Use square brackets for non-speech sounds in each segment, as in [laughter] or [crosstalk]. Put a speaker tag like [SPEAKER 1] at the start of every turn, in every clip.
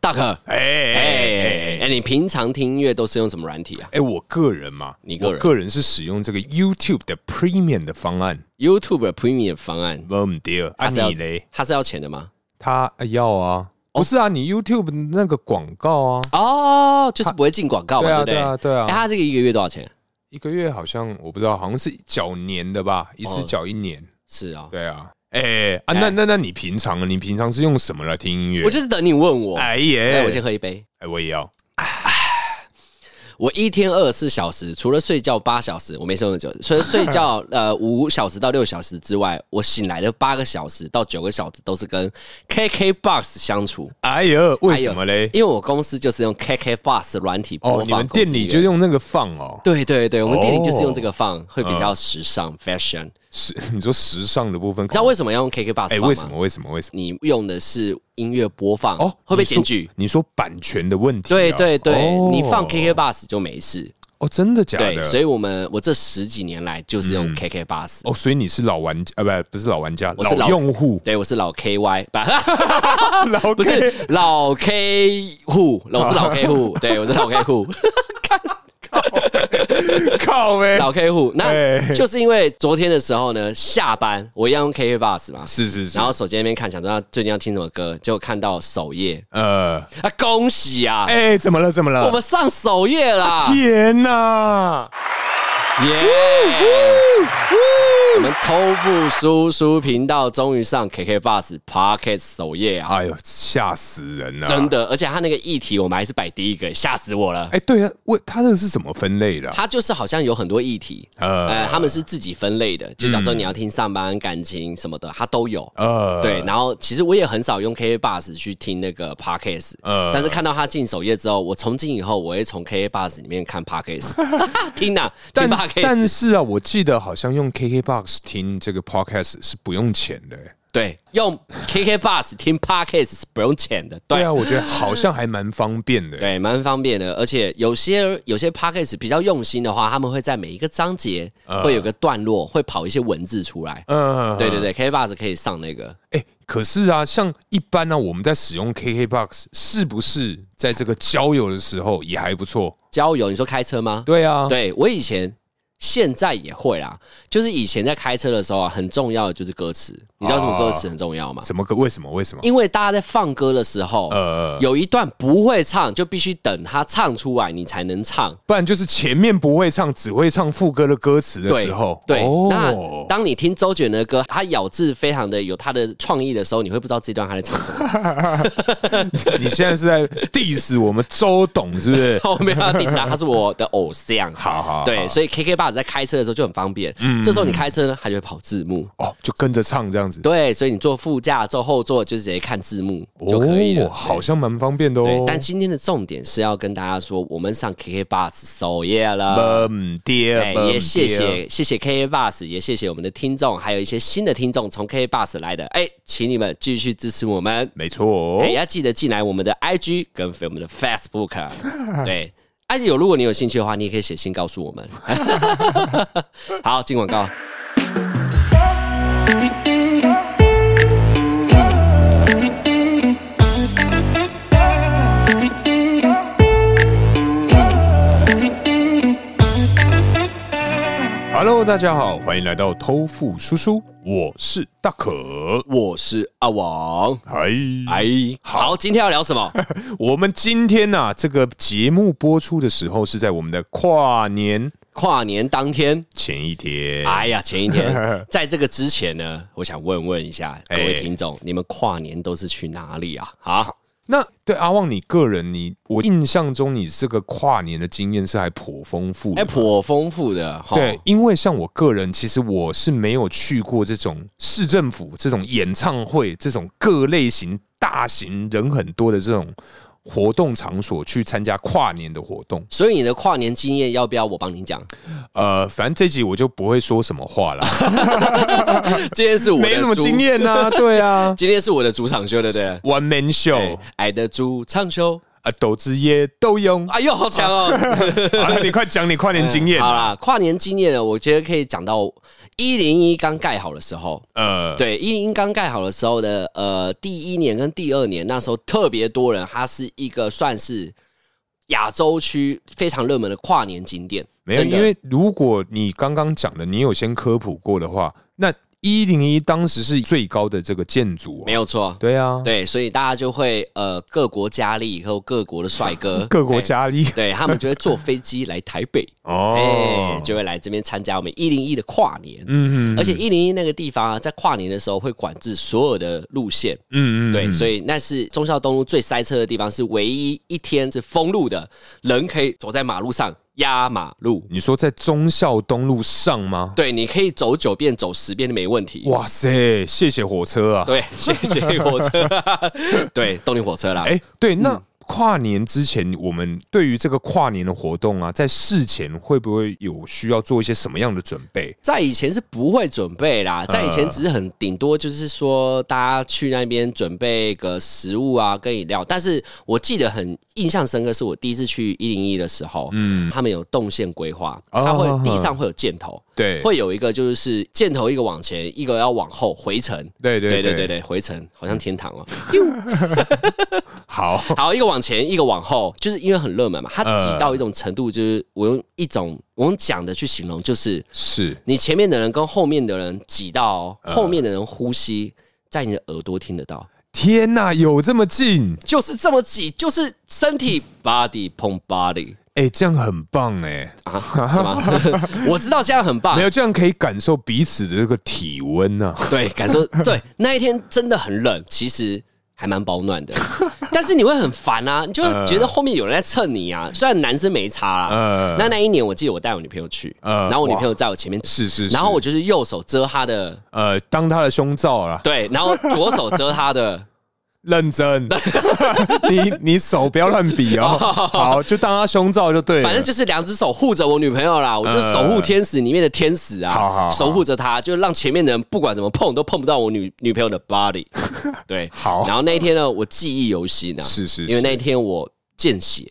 [SPEAKER 1] Duck，
[SPEAKER 2] 哎
[SPEAKER 1] 哎哎，哎你平常听音乐都是用什么软体啊
[SPEAKER 2] 哎，我个人嘛，
[SPEAKER 1] 你个人
[SPEAKER 2] 我个人是使用这个 YouTube 的 Premium 的方案。
[SPEAKER 1] ？YouTube 的 Premium 方案，
[SPEAKER 2] 嗯，对，啊
[SPEAKER 1] 它是要哦
[SPEAKER 2] 你嘞，
[SPEAKER 1] 它是要钱的吗？
[SPEAKER 2] 他要啊，不是啊，你 YouTube 那个广告啊，
[SPEAKER 1] 哦，就是不会进广告嘛，
[SPEAKER 2] 对啊
[SPEAKER 1] 不对？
[SPEAKER 2] 对啊对啊
[SPEAKER 1] 哎它这个一个月多少钱？
[SPEAKER 2] 一个月好像我不知道，好像是缴年的
[SPEAKER 1] 哦
[SPEAKER 2] 吧，一次缴一年。
[SPEAKER 1] 是哦，
[SPEAKER 2] 对啊，哎啊，那那那你平常你平常是用什么来听音乐？
[SPEAKER 1] 我就是等你问我。
[SPEAKER 2] 哎耶，
[SPEAKER 1] 哎，我先喝一杯。
[SPEAKER 2] 哎我也要。
[SPEAKER 1] 我一天二十四小时，除了睡觉八小时，我没睡那么久，除了睡
[SPEAKER 2] [laughs]
[SPEAKER 1] 觉呃五小时到六小时之外，我醒来的八个小时到九个小时都是跟 KKBox 相处。
[SPEAKER 2] 哎呦，为什么嘞？
[SPEAKER 1] 因为我公司就是用 KKBox 软体播
[SPEAKER 2] 哦，
[SPEAKER 1] 放
[SPEAKER 2] 你
[SPEAKER 1] 公
[SPEAKER 2] 们
[SPEAKER 1] 司
[SPEAKER 2] 店里
[SPEAKER 1] 音乐
[SPEAKER 2] 就用那个放哦，
[SPEAKER 1] 对对对，我们店里就是
[SPEAKER 2] 哦嗯
[SPEAKER 1] 用这个放，会比较时尚 fashion。你
[SPEAKER 2] 时 [laughs] 你说时尚的部分，你
[SPEAKER 1] 知道为什么要用 KKBox 放
[SPEAKER 2] 哎
[SPEAKER 1] 吗？
[SPEAKER 2] 为什么为什么为什么？
[SPEAKER 1] 你用的是音乐播放
[SPEAKER 2] 哦，
[SPEAKER 1] 会被
[SPEAKER 2] 你说
[SPEAKER 1] 检举。
[SPEAKER 2] 你说版权的问题啊？
[SPEAKER 1] 对对对，
[SPEAKER 2] 哦
[SPEAKER 1] 你放 KK Bus 就没事。
[SPEAKER 2] 哦，真的假
[SPEAKER 1] 对，
[SPEAKER 2] 的？
[SPEAKER 1] 所以我们我这十几年来就是用 KK Bus。
[SPEAKER 2] 哦，所以你是老玩家，呃，不不是老玩家，
[SPEAKER 1] 我是老，
[SPEAKER 2] 用户
[SPEAKER 1] [laughs] 对，我是老 KY，不 [laughs]
[SPEAKER 2] 老
[SPEAKER 1] 不是老 K 户，我是
[SPEAKER 2] [laughs]
[SPEAKER 1] 老 K 户，对我是老 K 户，
[SPEAKER 2] 靠呗，
[SPEAKER 1] 老 K 户。那
[SPEAKER 2] 哎
[SPEAKER 1] 就是因为昨天的时候呢，下班我一样用 KK Bus 嘛，
[SPEAKER 2] 是是是
[SPEAKER 1] 然，后手机那边看，想知道最近要听什么歌，结果看到首页
[SPEAKER 2] 呃，
[SPEAKER 1] 啊，恭喜啊，
[SPEAKER 2] 哎，怎么了？怎么
[SPEAKER 1] 我
[SPEAKER 2] 了？
[SPEAKER 1] 们啊上首页啦，
[SPEAKER 2] 天哪！
[SPEAKER 1] 耶！我们偷富叔叔频道终于上 KK Bus Pocket 首页啊，
[SPEAKER 2] 哎呦，吓死人了！啊
[SPEAKER 1] 真的！而且他那个议题我们还是摆第一个，吓死我了。
[SPEAKER 2] 哎，对啊，喂，他这个是怎么分类的啊？
[SPEAKER 1] 他就是好像有很多议题，
[SPEAKER 2] 呃嗯
[SPEAKER 1] 呃，他们是自己分类的，就假如说你要听上班、感情什么的，他都有。
[SPEAKER 2] 呃，
[SPEAKER 1] 对，然后其实我也很少用 KK Bus 去听那个 Podcast，
[SPEAKER 2] 呃
[SPEAKER 1] 但是看到他进首页之后，我从今以后我会从 KK Bus 里面看
[SPEAKER 2] [laughs]
[SPEAKER 1] Podcast，听呐、听
[SPEAKER 2] 但
[SPEAKER 1] Podcast，
[SPEAKER 2] 但是啊，我记得好像用 KKBox 听这个 podcast 是不用钱的、欸。
[SPEAKER 1] 对，用 KK Bus 听 Podcast 是不用钱的，对。
[SPEAKER 2] 对啊，我觉得好像还蛮方便的、欸。
[SPEAKER 1] 对，蛮方便的，而且有些有些 p a c k a g e 比较用心的话，他们会在每一个章节、
[SPEAKER 2] 呃
[SPEAKER 1] 会有个段落，会跑一些文字出来。
[SPEAKER 2] 嗯，
[SPEAKER 1] 对对对，K Bus 可以上那个，
[SPEAKER 2] 哎、可是啊，像一般呢、我们在使用 KKBox 是不是在这个交友的时候也还不错？
[SPEAKER 1] 郊游，你说开车吗？
[SPEAKER 2] 对啊，
[SPEAKER 1] 对我以前现在也会啦，就是以前在开车的时候啊，很重要的就是歌词，你知道什么歌词很重要吗？
[SPEAKER 2] 什么歌？为什么？为什么？
[SPEAKER 1] 因为大家在放歌的时候，
[SPEAKER 2] 哦呃，
[SPEAKER 1] 有一段不会唱，就必须等他唱出来，你才能唱。
[SPEAKER 2] 不然就是前面不会唱，只会唱副歌的歌词的
[SPEAKER 1] 对
[SPEAKER 2] 时候，
[SPEAKER 1] 对，那
[SPEAKER 2] 哦，
[SPEAKER 1] 当你听周杰伦的歌，他咬字非常的有他的创意的时候，你会不知道这段他在唱什么。？
[SPEAKER 2] 你现在是在 diss 我们周董是不是
[SPEAKER 1] [laughs] 我没有要 diss 他，他是我的偶像。
[SPEAKER 2] 好好，
[SPEAKER 1] 对，所以 KK b o 在开车的时候就很方便。这时候你开车呢，它就会跑字幕。
[SPEAKER 2] 哦，就跟着唱这样子，
[SPEAKER 1] 对，所以你坐副驾、坐后座就直接看字幕就可以了。
[SPEAKER 2] 哦、好像蛮方便的哦。
[SPEAKER 1] 对，但今天的重点是要跟大家说，我们上 KK Bus 首页了。
[SPEAKER 2] 嗯，爹
[SPEAKER 1] 对，哎也谢。谢谢谢 KK Bus，也谢谢我们的听众，还有一些新的听众从 KK Bus 来的，哎，请你们继续支持我们。
[SPEAKER 2] 没错哦
[SPEAKER 1] 哎、，要记得进来我们的 IG 跟我们的 Facebook [laughs] 啊。对，哎、有如果你有兴趣的话，你也可以写信告诉我们。 [laughs] 好，进广告。
[SPEAKER 2] Hello，大家好，欢迎来到偷富叔叔，我是大可。
[SPEAKER 1] 我是阿王。
[SPEAKER 2] 哎，
[SPEAKER 1] 哎，好，今天要聊什么？
[SPEAKER 2] 我们今天呐、这个节目播出的时候是在我们的跨年
[SPEAKER 1] 跨年当天，
[SPEAKER 2] 前一天。
[SPEAKER 1] 哎呀，前一 [laughs] 天，在这个之前呢，我想问问一下各位听众，你们跨年都是去哪里啊？啊，
[SPEAKER 2] 那对阿旺，你个人，你我印象中你这个跨年的经验是还颇丰富的。
[SPEAKER 1] 哎，颇丰富的哈。
[SPEAKER 2] 对，因为像我个人，其实我是没有去过这种市政府、这种演唱会、这种各类型大型人很多的这种活动场所去参加跨年的活动。
[SPEAKER 1] 所以你的跨年经验要不要我帮你讲？
[SPEAKER 2] 呃，反正这集我就不会说什么话 [laughs] 了，
[SPEAKER 1] [laughs] 今天是我的
[SPEAKER 2] 没什么
[SPEAKER 1] 主
[SPEAKER 2] 经，验呐、对啊
[SPEAKER 1] 今天是我的主场秀，对不对？啊哎哦
[SPEAKER 2] ，One Man Show，
[SPEAKER 1] 爱的主唱秀，
[SPEAKER 2] 哎、啊，豆子也都
[SPEAKER 1] [laughs]
[SPEAKER 2] 用。
[SPEAKER 1] 哎呦，好强 [laughs] 哦！
[SPEAKER 2] 好了，你快讲你跨年经验。
[SPEAKER 1] 嗯好啦，跨年经验呢，我觉得可以讲到一零一刚盖好的时候，
[SPEAKER 2] 呃，
[SPEAKER 1] 对，一零一刚盖好的时候呢，呃，第一年跟第二年那时候特别多人，它是一个算是亚洲区非常热门的跨年景点。
[SPEAKER 2] 没有，
[SPEAKER 1] 真的
[SPEAKER 2] 因为如果你刚刚讲的，你有先科普过的话，那一零一当时是最高的这个建筑、
[SPEAKER 1] 没。有错，
[SPEAKER 2] 对啊，
[SPEAKER 1] 对，所以大家就会呃各国佳丽和各国的帅哥，
[SPEAKER 2] [laughs] 各国
[SPEAKER 1] 哎、
[SPEAKER 2] 佳丽、
[SPEAKER 1] 对他们就会坐飞机来台北，哎、
[SPEAKER 2] [laughs] 哦，
[SPEAKER 1] 就会来这边参加我们一零一的跨年。
[SPEAKER 2] 嗯嗯
[SPEAKER 1] 而且一零一那个地方啊，在跨年的时候会管制所有的路线，
[SPEAKER 2] 嗯嗯，
[SPEAKER 1] 对，所
[SPEAKER 2] 以
[SPEAKER 1] 以那是忠孝东路最塞车的地方，是唯一一天是封路的，人可以走在马路上压马路。
[SPEAKER 2] 你说在忠孝东路上吗？
[SPEAKER 1] 对，你可以走九遍、走十遍都没问题。
[SPEAKER 2] 哇塞，谢谢火车啊！
[SPEAKER 1] 对，谢谢火车，
[SPEAKER 2] [laughs]
[SPEAKER 1] 对，动力火车啦。
[SPEAKER 2] 哎、对，
[SPEAKER 1] 嗯
[SPEAKER 2] 那跨年之前，我们对于这个跨年的活动啊，在事前会不会有需要做一些什么样的准备？
[SPEAKER 1] 在以前是不会准备
[SPEAKER 2] 啊
[SPEAKER 1] 啦，在以前只是很顶多就是说大家去那边准备个食物啊跟饮料，但是我记得很印象深刻，是我第一次去一零一的时候，嗯，他们有动线规划，
[SPEAKER 2] 哦
[SPEAKER 1] 它会地上会有箭头，
[SPEAKER 2] 对
[SPEAKER 1] 会有一个就是箭头一个往前，一个要往后回程，
[SPEAKER 2] 对对
[SPEAKER 1] 对
[SPEAKER 2] 对
[SPEAKER 1] 对对对，回程好像天堂哦，
[SPEAKER 2] 好，
[SPEAKER 1] 好，一个往前，一个往后，就是因为很热门嘛，它挤到一种程度，就是我用一种我用讲的去形容，就是。
[SPEAKER 2] 是
[SPEAKER 1] 你前面的人跟后面的人挤到哦、
[SPEAKER 2] 嗯
[SPEAKER 1] 后面的人呼吸在你的耳朵听得到，
[SPEAKER 2] 天哪，有这么近？
[SPEAKER 1] 就是这么挤，就是身体 body 碰 body
[SPEAKER 2] 哎、这样很棒哎、
[SPEAKER 1] 啊，是吗？ [laughs] 我知道这样很棒
[SPEAKER 2] 没，有这样可以感受彼此的这个体温呐、啊。
[SPEAKER 1] [laughs] 对，感
[SPEAKER 2] [laughs]
[SPEAKER 1] 受对那一天真的很冷，其实。还蛮保暖的， [laughs] 但是你会很烦啊，你就会觉得后面有人在蹭你
[SPEAKER 2] 呃
[SPEAKER 1] 啊。虽然男生没差啊
[SPEAKER 2] 嗯，
[SPEAKER 1] 那那一年我记得我带我女朋友去，
[SPEAKER 2] 嗯
[SPEAKER 1] 然后我女
[SPEAKER 2] 哇
[SPEAKER 1] 朋友在我前面，
[SPEAKER 2] 是是是，
[SPEAKER 1] 然后我就是右手遮她的，啊
[SPEAKER 2] 呃，当他的胸罩啦，
[SPEAKER 1] 对，然后左手遮她的，
[SPEAKER 2] 认真，
[SPEAKER 1] [laughs]
[SPEAKER 2] 你你手不要乱比哦， [laughs] 好，就当他胸罩就 [laughs] 对了。呃
[SPEAKER 1] 反正就是两只手护着我女朋友啦，我就是守护天使里面的天使啊，
[SPEAKER 2] 好好好
[SPEAKER 1] 守护着她，就让前面的人不管怎么碰都碰不到我女女朋友的
[SPEAKER 2] [laughs]
[SPEAKER 1] body。对，
[SPEAKER 2] 好
[SPEAKER 1] 然后那一天呢，我记忆犹新啊，
[SPEAKER 2] 是是是
[SPEAKER 1] 因为那一天我见血，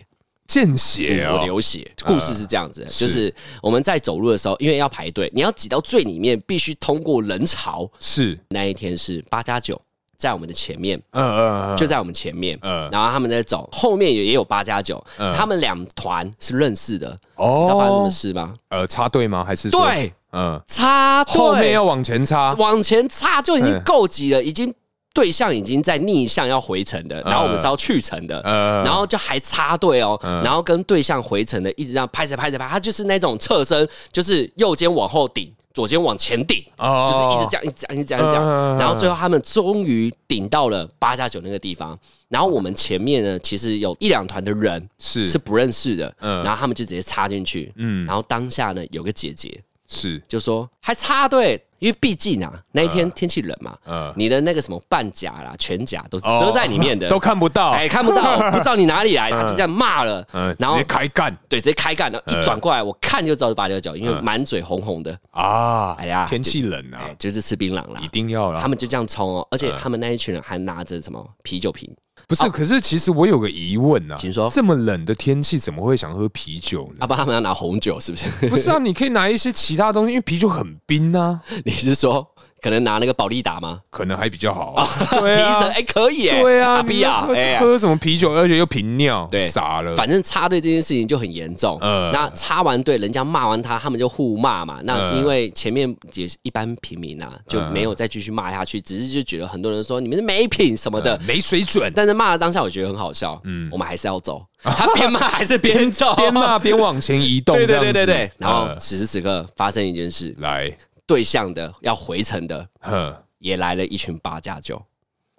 [SPEAKER 2] 见血
[SPEAKER 1] 我
[SPEAKER 2] 哦，
[SPEAKER 1] 流血。故事是这样子的，
[SPEAKER 2] 是
[SPEAKER 1] 就是我们在走路的时候，因为要排队，你要挤到最里面，必须通过人潮。
[SPEAKER 2] 是，
[SPEAKER 1] 那一天是八加九，在我们的前面。
[SPEAKER 2] 嗯嗯，嗯
[SPEAKER 1] 就在我们前面，
[SPEAKER 2] 嗯
[SPEAKER 1] 然后他们在走，后面也也有八加九，
[SPEAKER 2] 嗯
[SPEAKER 1] 他们两团是认识的，你知道发生什
[SPEAKER 2] 哦
[SPEAKER 1] 么，事吗？
[SPEAKER 2] 呃，插队吗？还是说
[SPEAKER 1] 对，
[SPEAKER 2] 嗯，
[SPEAKER 1] 插队
[SPEAKER 2] 后面要往前插，
[SPEAKER 1] 往前插就已经够急了，已经对象已经在逆向要回程
[SPEAKER 2] 嗯
[SPEAKER 1] 的，然后我们是要去程的，
[SPEAKER 2] 呃，
[SPEAKER 1] 然后就还插队哦，
[SPEAKER 2] 嗯
[SPEAKER 1] 然后跟对象回程的一直这样拍着拍着拍，他就是那种侧身，就是右肩往后顶，左肩往前顶。就是一直
[SPEAKER 2] 哦，
[SPEAKER 1] 这样，一直这样，一直这样，一直这样，
[SPEAKER 2] 嗯
[SPEAKER 1] 然后最后他们终于顶到了八加九那个地方，然后我们前面呢，其实有一两团的人
[SPEAKER 2] 是
[SPEAKER 1] 是不认识的，
[SPEAKER 2] 嗯
[SPEAKER 1] 然后他们就直接插进去，
[SPEAKER 2] 嗯
[SPEAKER 1] 然后当下呢，有个姐姐，
[SPEAKER 2] 是，
[SPEAKER 1] 就说还插队，因为毕竟啊那一天天气冷嘛，
[SPEAKER 2] 嗯
[SPEAKER 1] 你的那个什么半甲啦、全甲都是遮在里面的，
[SPEAKER 2] 哦 [laughs] 都看不到，
[SPEAKER 1] 哎看不到，不知道你哪里来，他就这样骂了
[SPEAKER 2] 嗯，，直
[SPEAKER 1] 然后
[SPEAKER 2] 接嗯开干
[SPEAKER 1] 对直接开干，然后一转过来我看就知道是八九九，
[SPEAKER 2] 嗯
[SPEAKER 1] 因为满嘴红红的，
[SPEAKER 2] 啊！
[SPEAKER 1] 哎呀
[SPEAKER 2] 天气冷啊
[SPEAKER 1] 哎，就是吃槟榔啦
[SPEAKER 2] 一。定要啦嗯
[SPEAKER 1] 他。们就这样冲哦，而且他们那一群人还拿着什么啤酒瓶
[SPEAKER 2] 不是，可是其实我有个疑问啊，
[SPEAKER 1] 啊请说
[SPEAKER 2] 这么冷的天气怎么会想喝啤酒呢？
[SPEAKER 1] 啊，不，他们要拿红酒是不是？
[SPEAKER 2] 嗯不是啊，你可以拿一些其他东西，因为啤酒很冰啊，
[SPEAKER 1] [laughs] 你是说可能拿那个保利达吗？
[SPEAKER 2] 可能还比较好啊。
[SPEAKER 1] 提
[SPEAKER 2] 对
[SPEAKER 1] 神
[SPEAKER 2] 啊，
[SPEAKER 1] 哎，可以哎，
[SPEAKER 2] 对啊，
[SPEAKER 1] 阿
[SPEAKER 2] 你
[SPEAKER 1] 比啊，
[SPEAKER 2] 喝
[SPEAKER 1] 哎呀
[SPEAKER 2] 喝什么啤酒，而且又频尿，
[SPEAKER 1] 对
[SPEAKER 2] 傻了。
[SPEAKER 1] 反正插队这件事情就很严重。
[SPEAKER 2] 嗯
[SPEAKER 1] 那插完队，人家骂完他，他们就互骂嘛。那
[SPEAKER 2] 嗯
[SPEAKER 1] 因为前面也是一般平民
[SPEAKER 2] 呃
[SPEAKER 1] 啊，就没有再继续骂下去，只是就觉得很多人说你们是没品什么的。
[SPEAKER 2] 嗯没水
[SPEAKER 1] [laughs]
[SPEAKER 2] 准，
[SPEAKER 1] 但是骂的当下，我觉得很好笑。嗯，我们还是要
[SPEAKER 2] [laughs]
[SPEAKER 1] 走，他边骂还是边走，
[SPEAKER 2] 边。骂边往前移动，
[SPEAKER 1] 对对
[SPEAKER 2] 这
[SPEAKER 1] 对
[SPEAKER 2] 样子
[SPEAKER 1] 对对。然后
[SPEAKER 2] 呃
[SPEAKER 1] 此时此刻发生一件事，
[SPEAKER 2] 来，
[SPEAKER 1] 对向的要回程的
[SPEAKER 2] 哼，
[SPEAKER 1] 也来了一群八加九，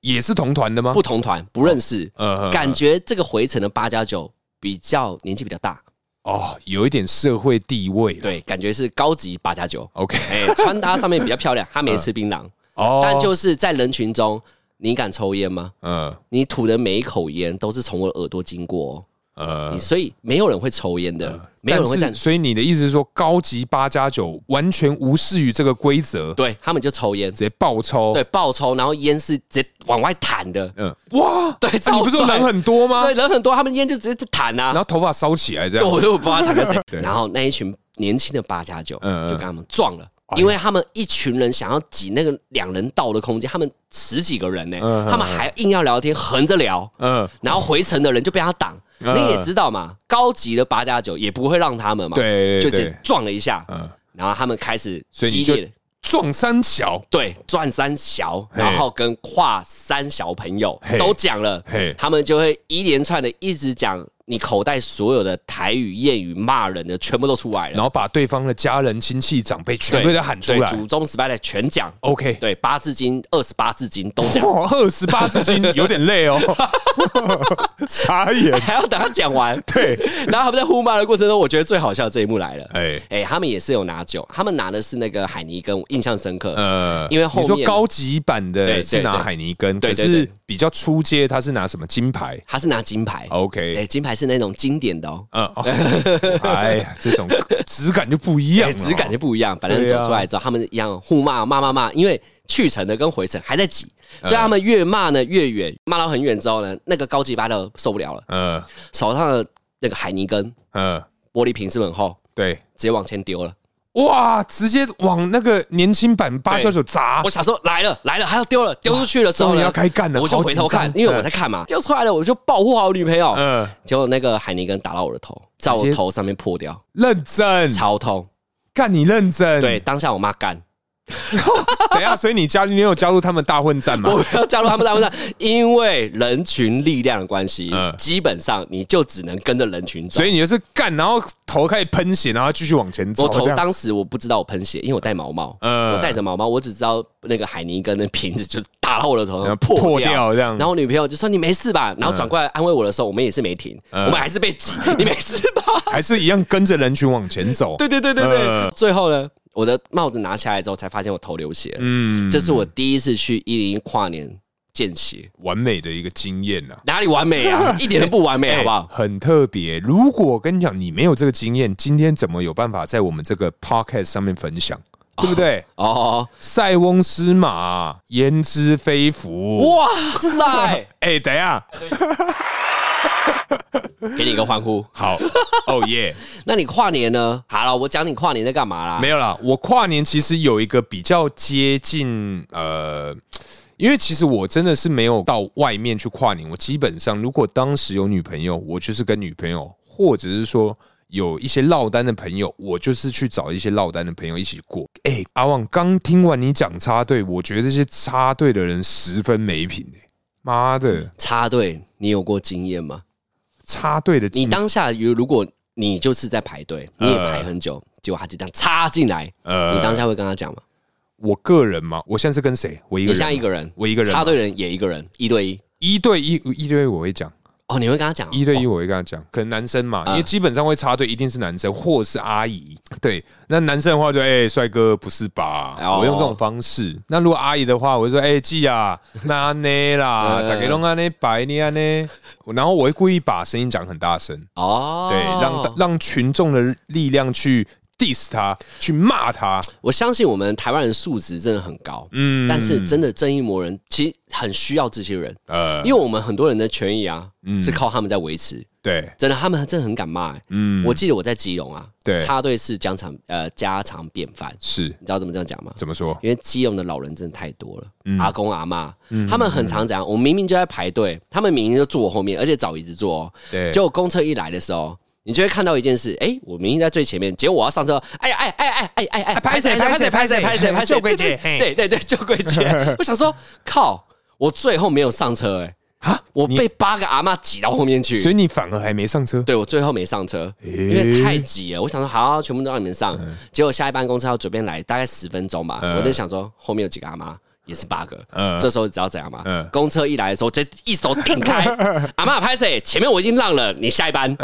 [SPEAKER 2] 也是同团的吗？
[SPEAKER 1] 不，同团不认识，
[SPEAKER 2] 呃，
[SPEAKER 1] 感觉这个回程的八加九比较年纪比较大，
[SPEAKER 2] 哦，有一点社会地位了。
[SPEAKER 1] 对，感觉是高级八加九。
[SPEAKER 2] OK，
[SPEAKER 1] 哎、穿搭上面比较漂亮，他没吃槟榔，
[SPEAKER 2] 哦，
[SPEAKER 1] 但就是在人群中，你敢抽烟吗？
[SPEAKER 2] 嗯
[SPEAKER 1] 你吐的每一口烟都是从我耳朵经过、哦，
[SPEAKER 2] 呃
[SPEAKER 1] 你，所以没有人会抽烟的，没有人会
[SPEAKER 2] 嗯但
[SPEAKER 1] 站
[SPEAKER 2] 是，。所以你的意思是说，高级八加九完全无视于这个规则，直
[SPEAKER 1] 对他们就抽烟，
[SPEAKER 2] 接爆抽。
[SPEAKER 1] 对，爆抽，然后烟是直接往外弹的，
[SPEAKER 2] 嗯，哇，
[SPEAKER 1] 对
[SPEAKER 2] 啊
[SPEAKER 1] 超
[SPEAKER 2] 你不是说
[SPEAKER 1] 帅
[SPEAKER 2] 人很多吗
[SPEAKER 1] 对，？人很多，他们烟就直接弹啊
[SPEAKER 2] 然。后头发烧起来这
[SPEAKER 1] 对，
[SPEAKER 2] 样，
[SPEAKER 1] 我都不知道弹给谁
[SPEAKER 2] [laughs] 。对
[SPEAKER 1] 然后那一群年轻的八加九
[SPEAKER 2] 嗯哎嗯
[SPEAKER 1] 就跟他们撞了。因为他们一群人想要挤那个两人道的空间，他们十几个人呢、
[SPEAKER 2] 嗯嗯
[SPEAKER 1] 他们还硬要聊天，横着聊，
[SPEAKER 2] 嗯，
[SPEAKER 1] 然后回程的人就被他挡。
[SPEAKER 2] 嗯
[SPEAKER 1] 你也知道嘛，高级的八加九也不会让他们嘛，
[SPEAKER 2] 对
[SPEAKER 1] 就
[SPEAKER 2] 对
[SPEAKER 1] 直
[SPEAKER 2] 对
[SPEAKER 1] 接，撞了一下，
[SPEAKER 2] 嗯，
[SPEAKER 1] 然后他们开始
[SPEAKER 2] 所以你
[SPEAKER 1] 激
[SPEAKER 2] 就
[SPEAKER 1] 烈的
[SPEAKER 2] 撞三桥，
[SPEAKER 1] 对，转三小，
[SPEAKER 2] 嘿
[SPEAKER 1] 然后跟跨三小朋友
[SPEAKER 2] 嘿
[SPEAKER 1] 都讲了
[SPEAKER 2] 嘿，
[SPEAKER 1] 他们就会一连串的一直讲你口袋所有的台语、谚语、骂人的全部都出来
[SPEAKER 2] 然
[SPEAKER 1] 了，
[SPEAKER 2] 后把对方的家人、亲戚、长辈全部都喊出
[SPEAKER 1] 对
[SPEAKER 2] 来
[SPEAKER 1] 祖宗十八代全讲，
[SPEAKER 2] ，OK。
[SPEAKER 1] 对，八字经、二十八字经都
[SPEAKER 2] [laughs]
[SPEAKER 1] 讲，
[SPEAKER 2] 哇，二十八字经有点
[SPEAKER 1] [laughs]
[SPEAKER 2] 累哦，傻眼。
[SPEAKER 1] 还要等他讲完。
[SPEAKER 2] 对，
[SPEAKER 1] [laughs] 然后他们在互骂的过程中，我觉得最好笑的这一幕来了。
[SPEAKER 2] 哎，
[SPEAKER 1] 哎、他们也是有拿酒，他们拿的是那个海尼根，我印象深刻。
[SPEAKER 2] 呃，
[SPEAKER 1] 因为后
[SPEAKER 2] 你说
[SPEAKER 1] 面
[SPEAKER 2] 高级版
[SPEAKER 1] 对
[SPEAKER 2] 的
[SPEAKER 1] 对
[SPEAKER 2] 是拿
[SPEAKER 1] 对
[SPEAKER 2] 海尼根，可
[SPEAKER 1] 对对
[SPEAKER 2] 是
[SPEAKER 1] 对
[SPEAKER 2] 比较出街，他是拿什么金牌
[SPEAKER 1] 他是拿金牌，哎、
[SPEAKER 2] ？OK，
[SPEAKER 1] 金牌是那种经典的哦，
[SPEAKER 2] 嗯，
[SPEAKER 1] [laughs]
[SPEAKER 2] 哦哎呀，这种质感就不一样
[SPEAKER 1] 哎
[SPEAKER 2] 了，
[SPEAKER 1] 质感就不一样。反正
[SPEAKER 2] 对啊
[SPEAKER 1] 走出来之后，他们一样互骂骂骂骂，因为去程的跟回程还在挤，
[SPEAKER 2] 嗯
[SPEAKER 1] 所以他们越骂呢越远，骂到很远之后呢，那个高级八的受不了了，
[SPEAKER 2] 嗯
[SPEAKER 1] 手上的那个海泥根
[SPEAKER 2] 嗯，
[SPEAKER 1] 玻璃瓶是不是很厚，
[SPEAKER 2] 对，
[SPEAKER 1] 直接往前丢了。
[SPEAKER 2] 哇，直接往那个年轻版八九九砸
[SPEAKER 1] 我，想说来了来了，还要丢了，丢出去的时候
[SPEAKER 2] 啊终于
[SPEAKER 1] 呢
[SPEAKER 2] 要开干了
[SPEAKER 1] 我就
[SPEAKER 2] 好
[SPEAKER 1] 回头
[SPEAKER 2] 紧张
[SPEAKER 1] 看，因为我在看嘛，丢出来了我就报复好我女朋友，
[SPEAKER 2] 嗯，
[SPEAKER 1] 结果那个海泥根打到我的头，在
[SPEAKER 2] 直
[SPEAKER 1] 我
[SPEAKER 2] 接嗯
[SPEAKER 1] 头上面破掉，
[SPEAKER 2] 认真，
[SPEAKER 1] 超痛。
[SPEAKER 2] 干你认真，
[SPEAKER 1] 对，，当下我妈干，
[SPEAKER 2] 等一下，所以你加你有加入他们大混战吗
[SPEAKER 1] 我？不要加入他们大混战，因为人群力量的关系
[SPEAKER 2] 嗯，
[SPEAKER 1] 基本上你就只能跟着人群走
[SPEAKER 2] 所。以你就是干，然后头开始喷血，然后继续往前走，
[SPEAKER 1] 我头
[SPEAKER 2] 这样
[SPEAKER 1] 当时我不知道我喷血，因为我戴毛毛，
[SPEAKER 2] 嗯
[SPEAKER 1] 我戴着毛毛，我只知道那个海泥根的瓶子就打到我的头
[SPEAKER 2] 然后
[SPEAKER 1] 上
[SPEAKER 2] 嗯破
[SPEAKER 1] 破
[SPEAKER 2] 掉嗯
[SPEAKER 1] 掉
[SPEAKER 2] 这样
[SPEAKER 1] 然后我女朋友就说你没事吧？然后转过来安慰我的时候，我们也是没停，
[SPEAKER 2] 嗯
[SPEAKER 1] 我们还是被挤， [laughs] 你没事
[SPEAKER 2] [laughs]
[SPEAKER 1] 吧？
[SPEAKER 2] 还是一样跟着人群往前走。
[SPEAKER 1] 对对对对
[SPEAKER 2] 嗯
[SPEAKER 1] 对。最后呢，我的帽子拿下来之后，才发现我头流血了。
[SPEAKER 2] 嗯，
[SPEAKER 1] 这是我第一次去一零一跨年见血，
[SPEAKER 2] 完美的一个经验呐、啊。哎
[SPEAKER 1] 哪里完美
[SPEAKER 2] [laughs]
[SPEAKER 1] 啊？一点都不完美，好不好？
[SPEAKER 2] 很特别。如果我跟你讲，你没有这个经验，今天怎么有办法在我们这个 podcast 上面分享，对不对？
[SPEAKER 1] 哦，
[SPEAKER 2] 塞翁失马，焉知非福？
[SPEAKER 1] 哇塞！
[SPEAKER 2] [laughs] 哎、等一下，
[SPEAKER 1] 给你一个欢呼。
[SPEAKER 2] 好，哦耶，
[SPEAKER 1] 那你跨年呢？好了，我讲你跨年在干嘛啦？
[SPEAKER 2] 没有啦。我跨年其实有一个比较接近呃。因为其实我真的是没有到外面去跨年，我基本上如果当时有女朋友，我就是跟女朋友，或者是说有一些落单的朋友，我就是去找一些落单的朋友一起过。哎、阿旺，刚听完你讲插队，我觉得这些插队的人十分没品、欸、妈的，
[SPEAKER 1] 插队，你有过经验吗？
[SPEAKER 2] 插队的
[SPEAKER 1] 你
[SPEAKER 2] 精
[SPEAKER 1] 当下如如果你就是在排队，
[SPEAKER 2] 嗯
[SPEAKER 1] 你也排很久，结果他就这样插进来，
[SPEAKER 2] 呃
[SPEAKER 1] 你当下会跟他讲吗？
[SPEAKER 2] 我个人嘛，我现在是跟谁？我一个
[SPEAKER 1] 你
[SPEAKER 2] 人嘛，
[SPEAKER 1] 像一个人，
[SPEAKER 2] 我一个人嘛
[SPEAKER 1] 插队人也一个人，一对一。
[SPEAKER 2] 一对一，一对一我会讲。
[SPEAKER 1] 哦，你会跟他讲哦
[SPEAKER 2] 一对一我会跟他讲，可能男生嘛，
[SPEAKER 1] 嗯
[SPEAKER 2] 因为基本上会插队一定是男生或是阿姨。对，那男生的话就哎，帅、哥不是吧？
[SPEAKER 1] 哦
[SPEAKER 2] 我用这种方式。那如果阿姨的话，我就说哎，季、啊，那安呢啦，
[SPEAKER 1] [laughs] 嗯
[SPEAKER 2] 大家弄安呢白你安呢，然后我会故意把声音讲很大声，
[SPEAKER 1] 哦，
[SPEAKER 2] 对，让让群众的力量去 diss 他，去骂他。
[SPEAKER 1] 我相信我们台湾人素质真的很高，
[SPEAKER 2] 嗯，
[SPEAKER 1] 但是真的正义魔人其实很需要这些人，
[SPEAKER 2] 呃，
[SPEAKER 1] 因为我们很多人的权益啊，
[SPEAKER 2] 嗯
[SPEAKER 1] 是靠他们在维持。
[SPEAKER 2] 对，
[SPEAKER 1] 真的，他们真的很敢骂、欸。
[SPEAKER 2] 嗯，
[SPEAKER 1] 我记得我在基隆啊，
[SPEAKER 2] 对
[SPEAKER 1] 插队是家常呃家常便饭，
[SPEAKER 2] 是
[SPEAKER 1] 你知道怎么这样讲吗？
[SPEAKER 2] 怎么嗯说？
[SPEAKER 1] 因为基隆的老人真的太多了，阿公阿妈，
[SPEAKER 2] 嗯
[SPEAKER 1] 他们很常怎样？我明明就在排队，他们明明就坐我后面，而且找椅子坐、哦。
[SPEAKER 2] 对，
[SPEAKER 1] 结果公车一来的时候，你就会看到一件事：哎、我明明在最前面，结果我要上车，哎呀，哎哎哎哎哎哎，
[SPEAKER 2] 拍谁拍谁拍谁
[SPEAKER 1] 拍谁拍谁，
[SPEAKER 2] 就柜姐嘿
[SPEAKER 1] 对对对对，就柜
[SPEAKER 2] [laughs]
[SPEAKER 1] 姐。我想说，靠，我最后没有上车、哎，
[SPEAKER 2] 哈，
[SPEAKER 1] 我被八个阿妈挤到后面去，
[SPEAKER 2] 所以你反而还没上
[SPEAKER 1] [laughs]
[SPEAKER 2] 车。
[SPEAKER 1] 对我最后没上车，因
[SPEAKER 2] 诶嗯
[SPEAKER 1] 为太挤了。我想说好，全部都让你们上。结果下一班公车要准备来，大概十分钟吧。我就想说后面有几个阿妈也是八个。
[SPEAKER 2] 嗯
[SPEAKER 1] 这时候你知道怎样吗？
[SPEAKER 2] 嗯
[SPEAKER 1] 公车一来的时候，直接一手顶
[SPEAKER 2] [laughs]
[SPEAKER 1] 开，阿妈拍谁？前面我已经让了，你下一
[SPEAKER 2] 嗯
[SPEAKER 1] 班。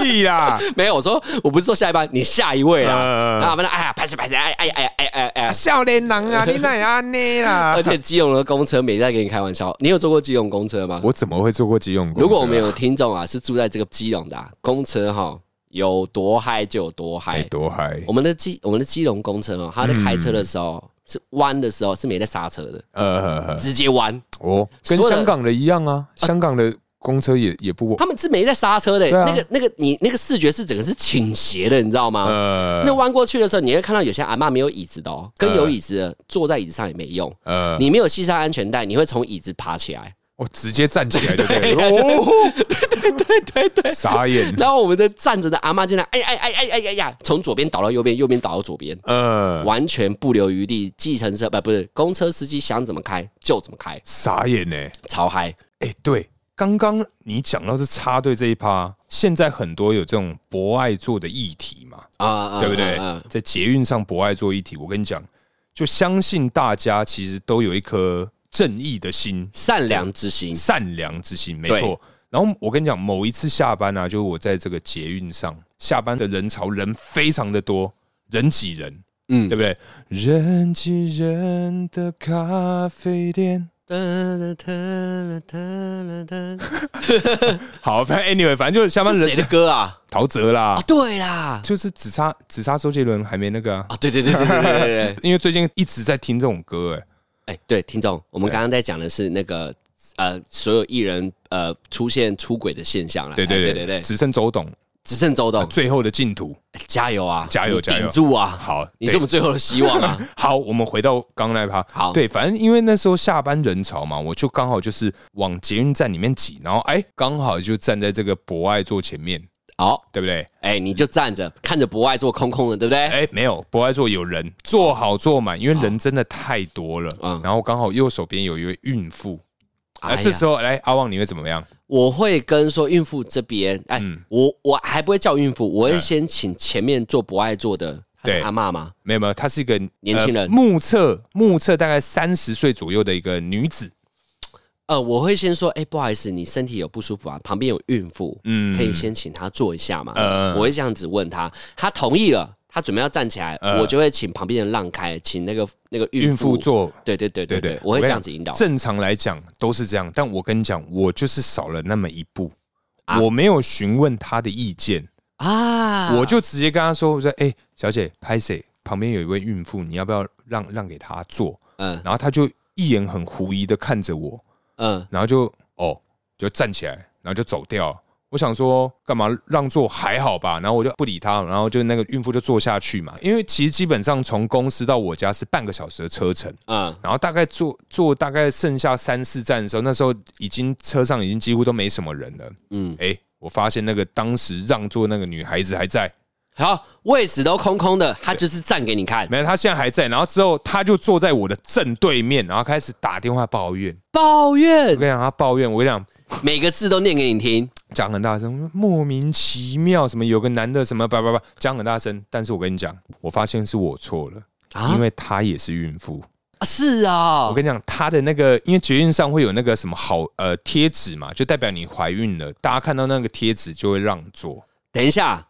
[SPEAKER 2] 屁啦！
[SPEAKER 1] 没有，我说我不是说下一班，你下一位啦。
[SPEAKER 2] 嗯嗯嗯
[SPEAKER 1] 然后阿妈说：“哎呀，拍谁拍谁，哎哎哎哎哎哎。”
[SPEAKER 2] 少年郎 [laughs] 啊，你哪安呢啦
[SPEAKER 1] 而且基隆的公车没在跟你开玩笑，你有坐过基隆公车吗？
[SPEAKER 2] 我怎么会坐过急用工？
[SPEAKER 1] 如果我们有听众啊，是住在这个基隆的、啊、公车哈，有多嗨就有多嗨。
[SPEAKER 2] 哎多嗨，
[SPEAKER 1] 我们的基我们的基隆公车哦，它在开车的时候、是弯的时候是没在刹车的，
[SPEAKER 2] 呃，
[SPEAKER 1] 直接弯，
[SPEAKER 2] 哦，跟
[SPEAKER 1] 所有的
[SPEAKER 2] 香港的一样啊，香港的公车也也不
[SPEAKER 1] 他们是没在刹车的、
[SPEAKER 2] 对啊
[SPEAKER 1] 那个那个你那个视觉是整个是倾斜的，你知道吗？
[SPEAKER 2] 呃
[SPEAKER 1] 那弯过去的时候，你会看到有些阿嬷没有椅子的哦，跟有椅子的坐在椅子上也没用。
[SPEAKER 2] 呃，
[SPEAKER 1] 你没有系上安全带，你会从椅子爬起来。
[SPEAKER 2] 我直接站起来就 [laughs] 对了，哦，
[SPEAKER 1] 对对对，
[SPEAKER 2] 傻眼，
[SPEAKER 1] 然后我们的站着的阿妈竟然哎哎哎哎哎哎呀，从左边倒到右边，右边倒到左边，
[SPEAKER 2] 呃，
[SPEAKER 1] 完全不留余地。计程车不不是公车司机想怎么开就怎么开，
[SPEAKER 2] 傻眼欸呢、
[SPEAKER 1] 超嗨！
[SPEAKER 2] 哎、对，刚刚你讲到是插队这一趴，现在很多有这种博爱座的议题嘛，
[SPEAKER 1] 啊啊
[SPEAKER 2] 对不对？
[SPEAKER 1] 啊啊
[SPEAKER 2] 在捷运上博爱座议题，我跟你讲，就相信大家其实都有一颗正义的心，
[SPEAKER 1] 善良之心，
[SPEAKER 2] 善良之心，没
[SPEAKER 1] 对
[SPEAKER 2] 错。然后我跟你讲，某一次下班啊，就是我在这个捷运上下班的人潮，人非常的多，人挤人，
[SPEAKER 1] 嗯
[SPEAKER 2] 对不对？人挤人的咖啡店。好，反正 anyway，反正就是下
[SPEAKER 1] 这
[SPEAKER 2] 班
[SPEAKER 1] 是谁
[SPEAKER 2] 人
[SPEAKER 1] 的歌啊？
[SPEAKER 2] 陶喆啦
[SPEAKER 1] 啊，，对啦，
[SPEAKER 2] 就是只差只差周杰伦还没那个啊，
[SPEAKER 1] 啊，对对对对对对对对，
[SPEAKER 2] 因为最近一直在听这种歌、哎，
[SPEAKER 1] 哎，对，听众，我们刚刚在讲的是那个呃，所有艺人呃出现出轨的现象了，
[SPEAKER 2] 对对
[SPEAKER 1] 哎对
[SPEAKER 2] 对
[SPEAKER 1] 对对，
[SPEAKER 2] 只剩周董
[SPEAKER 1] 只剩周董，
[SPEAKER 2] 啊最后的净土。
[SPEAKER 1] 哎加油啊，
[SPEAKER 2] 加油
[SPEAKER 1] 你
[SPEAKER 2] 加油
[SPEAKER 1] 顶住啊！
[SPEAKER 2] 好，
[SPEAKER 1] 你
[SPEAKER 2] 对
[SPEAKER 1] 是我们最后的希望啊！
[SPEAKER 2] 好，我们回到刚刚那一趴。
[SPEAKER 1] 好
[SPEAKER 2] 对，反正因为那时候下班人潮嘛，我就刚好就是往捷运站里面挤，然后哎，刚好就站在这个博爱座前面，
[SPEAKER 1] [laughs] 好，
[SPEAKER 2] 对不对？
[SPEAKER 1] 哎、你就站着看着博爱座空空的，对不对？
[SPEAKER 2] 哎，没有，博爱座有人，坐好坐满，因为人真的太多了。
[SPEAKER 1] 哦嗯
[SPEAKER 2] 然后刚好右手边有一位孕妇，
[SPEAKER 1] 哎
[SPEAKER 2] 哎，
[SPEAKER 1] 呀
[SPEAKER 2] 这时候来阿旺你会怎么样？
[SPEAKER 1] 我会跟说孕妇这边，哎、
[SPEAKER 2] 嗯
[SPEAKER 1] 我我还不会叫孕妇，我会先请前面坐博爱座的，她是
[SPEAKER 2] 对
[SPEAKER 1] 阿嬷吗？
[SPEAKER 2] 没有没有，她是一个
[SPEAKER 1] 年轻
[SPEAKER 2] 呃
[SPEAKER 1] 人
[SPEAKER 2] 目测目测大概三十岁左右的一个女子，
[SPEAKER 1] 呃，我会先说，哎、不好意思，你身体有不舒服啊？旁边有孕妇，
[SPEAKER 2] 嗯
[SPEAKER 1] 可以先请她坐一下嘛。
[SPEAKER 2] 嗯
[SPEAKER 1] 我会这样子问她，她同意了，她准备要站起来，
[SPEAKER 2] 嗯
[SPEAKER 1] 我就会请旁边人让开，请那个那个
[SPEAKER 2] 孕妇
[SPEAKER 1] 妇。
[SPEAKER 2] 坐
[SPEAKER 1] 对对对对
[SPEAKER 2] 对
[SPEAKER 1] 对
[SPEAKER 2] 对，，
[SPEAKER 1] 我会这
[SPEAKER 2] 跟你
[SPEAKER 1] 样子引导
[SPEAKER 2] 讲。正常来讲都是这样，但我跟你讲，我就是少了那么一步，我没有询问他的意见，
[SPEAKER 1] 啊，
[SPEAKER 2] 我就直接跟他说：“我说，哎、小姐，拍谁？旁边有一位孕妇，你要不要让让给她坐
[SPEAKER 1] 嗯？”
[SPEAKER 2] 然后他就一眼很狐疑的看着我，
[SPEAKER 1] 嗯，
[SPEAKER 2] 然后就哦，就站起来，然后就走掉了。我想说干嘛让座还好吧，然后我就不理他，然后就那个孕妇就坐下去嘛，因为其实基本上从公司到我家是半个小时的车程。
[SPEAKER 1] 嗯
[SPEAKER 2] 然后大概坐坐大概剩下三四站的时候，那时候已经车上已经几乎都没什么人了。
[SPEAKER 1] 嗯，
[SPEAKER 2] 哎、我发现那个当时让座那个女孩子还在，
[SPEAKER 1] 好，位置都空空的，她就是站给你看。
[SPEAKER 2] 没有，她现在还在。然后之后她就坐在我的正对面，然后开始打电话抱怨。
[SPEAKER 1] 抱
[SPEAKER 2] 我
[SPEAKER 1] 怨，
[SPEAKER 2] 跟你讲，她抱怨，我跟你讲，
[SPEAKER 1] 每个字都念给你听。
[SPEAKER 2] 讲很大声，莫名其妙，什么有个男的什么叭叭叭，讲很大声。但是我跟你讲，我发现是我错了，
[SPEAKER 1] 啊
[SPEAKER 2] 因为她也是孕妇。
[SPEAKER 1] 啊是啊、
[SPEAKER 2] 我跟你讲，它的那个，因为捷运上会有那个什么好呃贴纸嘛，就代表你怀孕了，大家看到那个贴纸就会让座。
[SPEAKER 1] 等一下，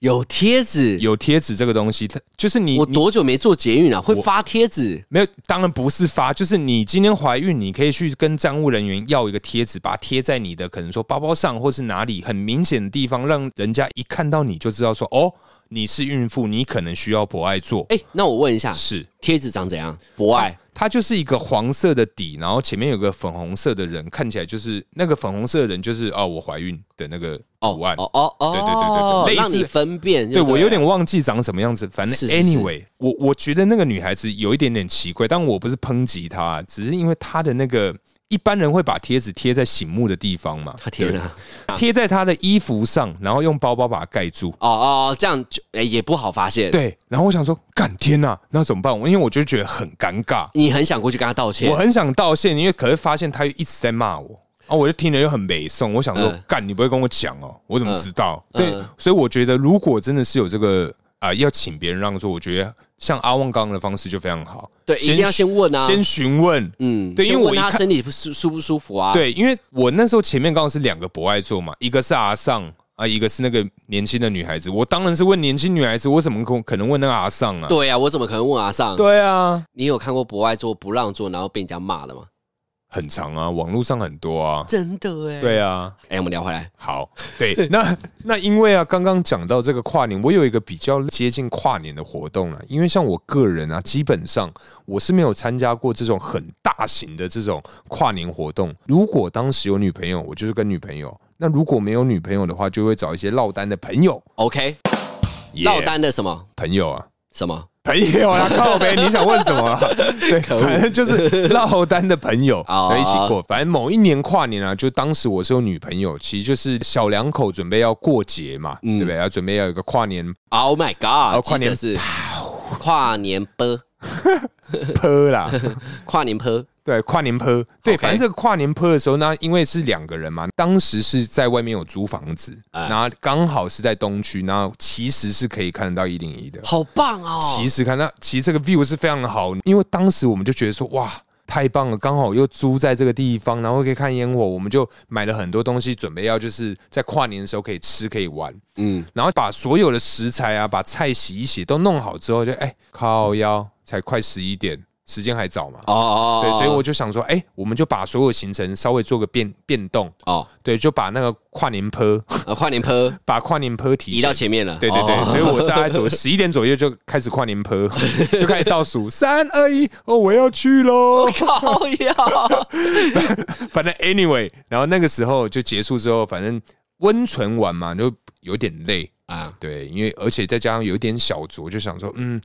[SPEAKER 1] 有贴纸，
[SPEAKER 2] 有贴纸这个东西，它就是你
[SPEAKER 1] 我
[SPEAKER 2] 你
[SPEAKER 1] 多久没做捷运了、啊会发贴纸
[SPEAKER 2] 没有，当然不是发，就是你今天怀孕，你可以去跟站务人员要一个贴纸，把它贴在你的可能说包包上或是哪里很明显的地方，让人家一看到你就知道说哦，你是孕妇，你可能需要博爱座。
[SPEAKER 1] 哎、那我问一下，
[SPEAKER 2] 是，
[SPEAKER 1] 贴纸长怎样？博爱
[SPEAKER 2] 它就是一个黄色的底，然后前面有个粉红色的人，看起来就是那个粉红色的人，就是哦，我怀孕的那个图案。
[SPEAKER 1] 哦哦哦，
[SPEAKER 2] 啊对对对对对类似
[SPEAKER 1] 让你分辨。
[SPEAKER 2] 对
[SPEAKER 1] 不
[SPEAKER 2] 我有点忘记长什么样子，反正
[SPEAKER 1] 是是是
[SPEAKER 2] anyway，我我觉得那个女孩子有一点点奇怪，但我不是抨击她，只是因为她的那个一般人会把贴纸贴在醒目的地方嘛，
[SPEAKER 1] 他贴了，
[SPEAKER 2] 对贴在她的衣服上，然后用包包把它盖住。
[SPEAKER 1] 哦哦，这样就、哎也不好发现。，
[SPEAKER 2] 对，然后我想说，干天呐、那怎么办？我因为我就觉得很尴尬，
[SPEAKER 1] 你很想过去跟他道歉
[SPEAKER 2] 我。很想道歉，因为可是发现他又一直在骂我，啊，我就听了又很美送，我想说
[SPEAKER 1] 嗯，
[SPEAKER 2] 干、你不会跟我讲哦，我怎么知道？
[SPEAKER 1] 嗯
[SPEAKER 2] 对，所以我觉得如果真的是有这个啊、要请别人让座，我觉得像阿旺刚刚的方式就非常好。
[SPEAKER 1] 对，一定要先问啊，
[SPEAKER 2] 先询问，
[SPEAKER 1] 嗯，
[SPEAKER 2] 对因为
[SPEAKER 1] 先问
[SPEAKER 2] 我一
[SPEAKER 1] 他
[SPEAKER 2] 看
[SPEAKER 1] 身体舒舒不舒服啊，，
[SPEAKER 2] 对，因为我那时候前面刚好是两个博爱座嘛，一个是阿尚啊，一个是那个年轻的女孩子。我当然是问年轻女孩子，我怎么可可能问那个阿尚啊？
[SPEAKER 1] 对啊，我怎么可能问阿尚？
[SPEAKER 2] 对啊，
[SPEAKER 1] 你有看过博爱座不让座，然后被人家骂了吗？
[SPEAKER 2] 很长啊，网络上很多啊。
[SPEAKER 1] 真的哎，
[SPEAKER 2] 对啊，
[SPEAKER 1] 哎，我们聊回来，
[SPEAKER 2] 好，对， [laughs] 那那因为啊，刚刚讲到这个跨年，我有一个比较接近跨年的活动了、因为像我个人啊，基本上我是没有参加过这种很大型的这种跨年活动。如果当时有女朋友，我就是跟女朋友；那如果没有女朋友的话，就会找一些落单的朋友。
[SPEAKER 1] OK，
[SPEAKER 2] 耶
[SPEAKER 1] 落单的什么
[SPEAKER 2] 朋友啊。
[SPEAKER 1] 什么？
[SPEAKER 2] 朋友啊，靠呗！你想问什
[SPEAKER 1] [laughs]
[SPEAKER 2] 么、啊？对，反正就是落单的朋友
[SPEAKER 1] 哦
[SPEAKER 2] 一起过。反正某一年跨年啊，就当时我是有女朋友，其实就是小两口准备要过节嘛，
[SPEAKER 1] 嗯
[SPEAKER 2] 对不对？要准备要有一个跨年
[SPEAKER 1] Oh my
[SPEAKER 2] 哦
[SPEAKER 1] god！
[SPEAKER 2] 跨年
[SPEAKER 1] 记者是跨年波，
[SPEAKER 2] 泼
[SPEAKER 1] [laughs]
[SPEAKER 2] 啦，
[SPEAKER 1] 跨年波，
[SPEAKER 2] 对，跨年泼。对
[SPEAKER 1] OK
[SPEAKER 2] 反正这个跨年泼的时候，那因为是两个人嘛，当时是在外面有租房子，
[SPEAKER 1] 哎
[SPEAKER 2] 然后刚好是在东区，然后其实是可以看得到一零一的。
[SPEAKER 1] 好棒哦！
[SPEAKER 2] 其实看那其实这个 view 是非常好，因为当时我们就觉得说哇。太棒了，刚好又租在这个地方，然后可以看烟火，我们就买了很多东西，准备要就是在跨年的时候可以吃可以玩，
[SPEAKER 1] 嗯，
[SPEAKER 2] 然后把所有的食材啊，把菜洗一洗都弄好之后就，哎靠腰，才快十一点，时间还早嘛，
[SPEAKER 1] 哦哦，
[SPEAKER 2] 对，所以
[SPEAKER 1] 哦
[SPEAKER 2] 我就想说，哎、我们就把所有行程稍微做个变变动，
[SPEAKER 1] 哦，
[SPEAKER 2] 对，就把那个跨年坡， [laughs]
[SPEAKER 1] 呃跨年坡
[SPEAKER 2] 把跨年坡提
[SPEAKER 1] 移到
[SPEAKER 2] 前
[SPEAKER 1] 前面了，
[SPEAKER 2] 对对对，
[SPEAKER 1] 哦
[SPEAKER 2] 所以我大概左十一点左右就开始跨年坡，就开始倒数三二一，哦，我要去喽。
[SPEAKER 1] [laughs] 靠呀！
[SPEAKER 2] 反正 anyway，然后那个时候就结束之后，反正温存完嘛，就有点累。
[SPEAKER 1] 啊，
[SPEAKER 2] 对，因为而且再加上有点小酌，就想说，嗯，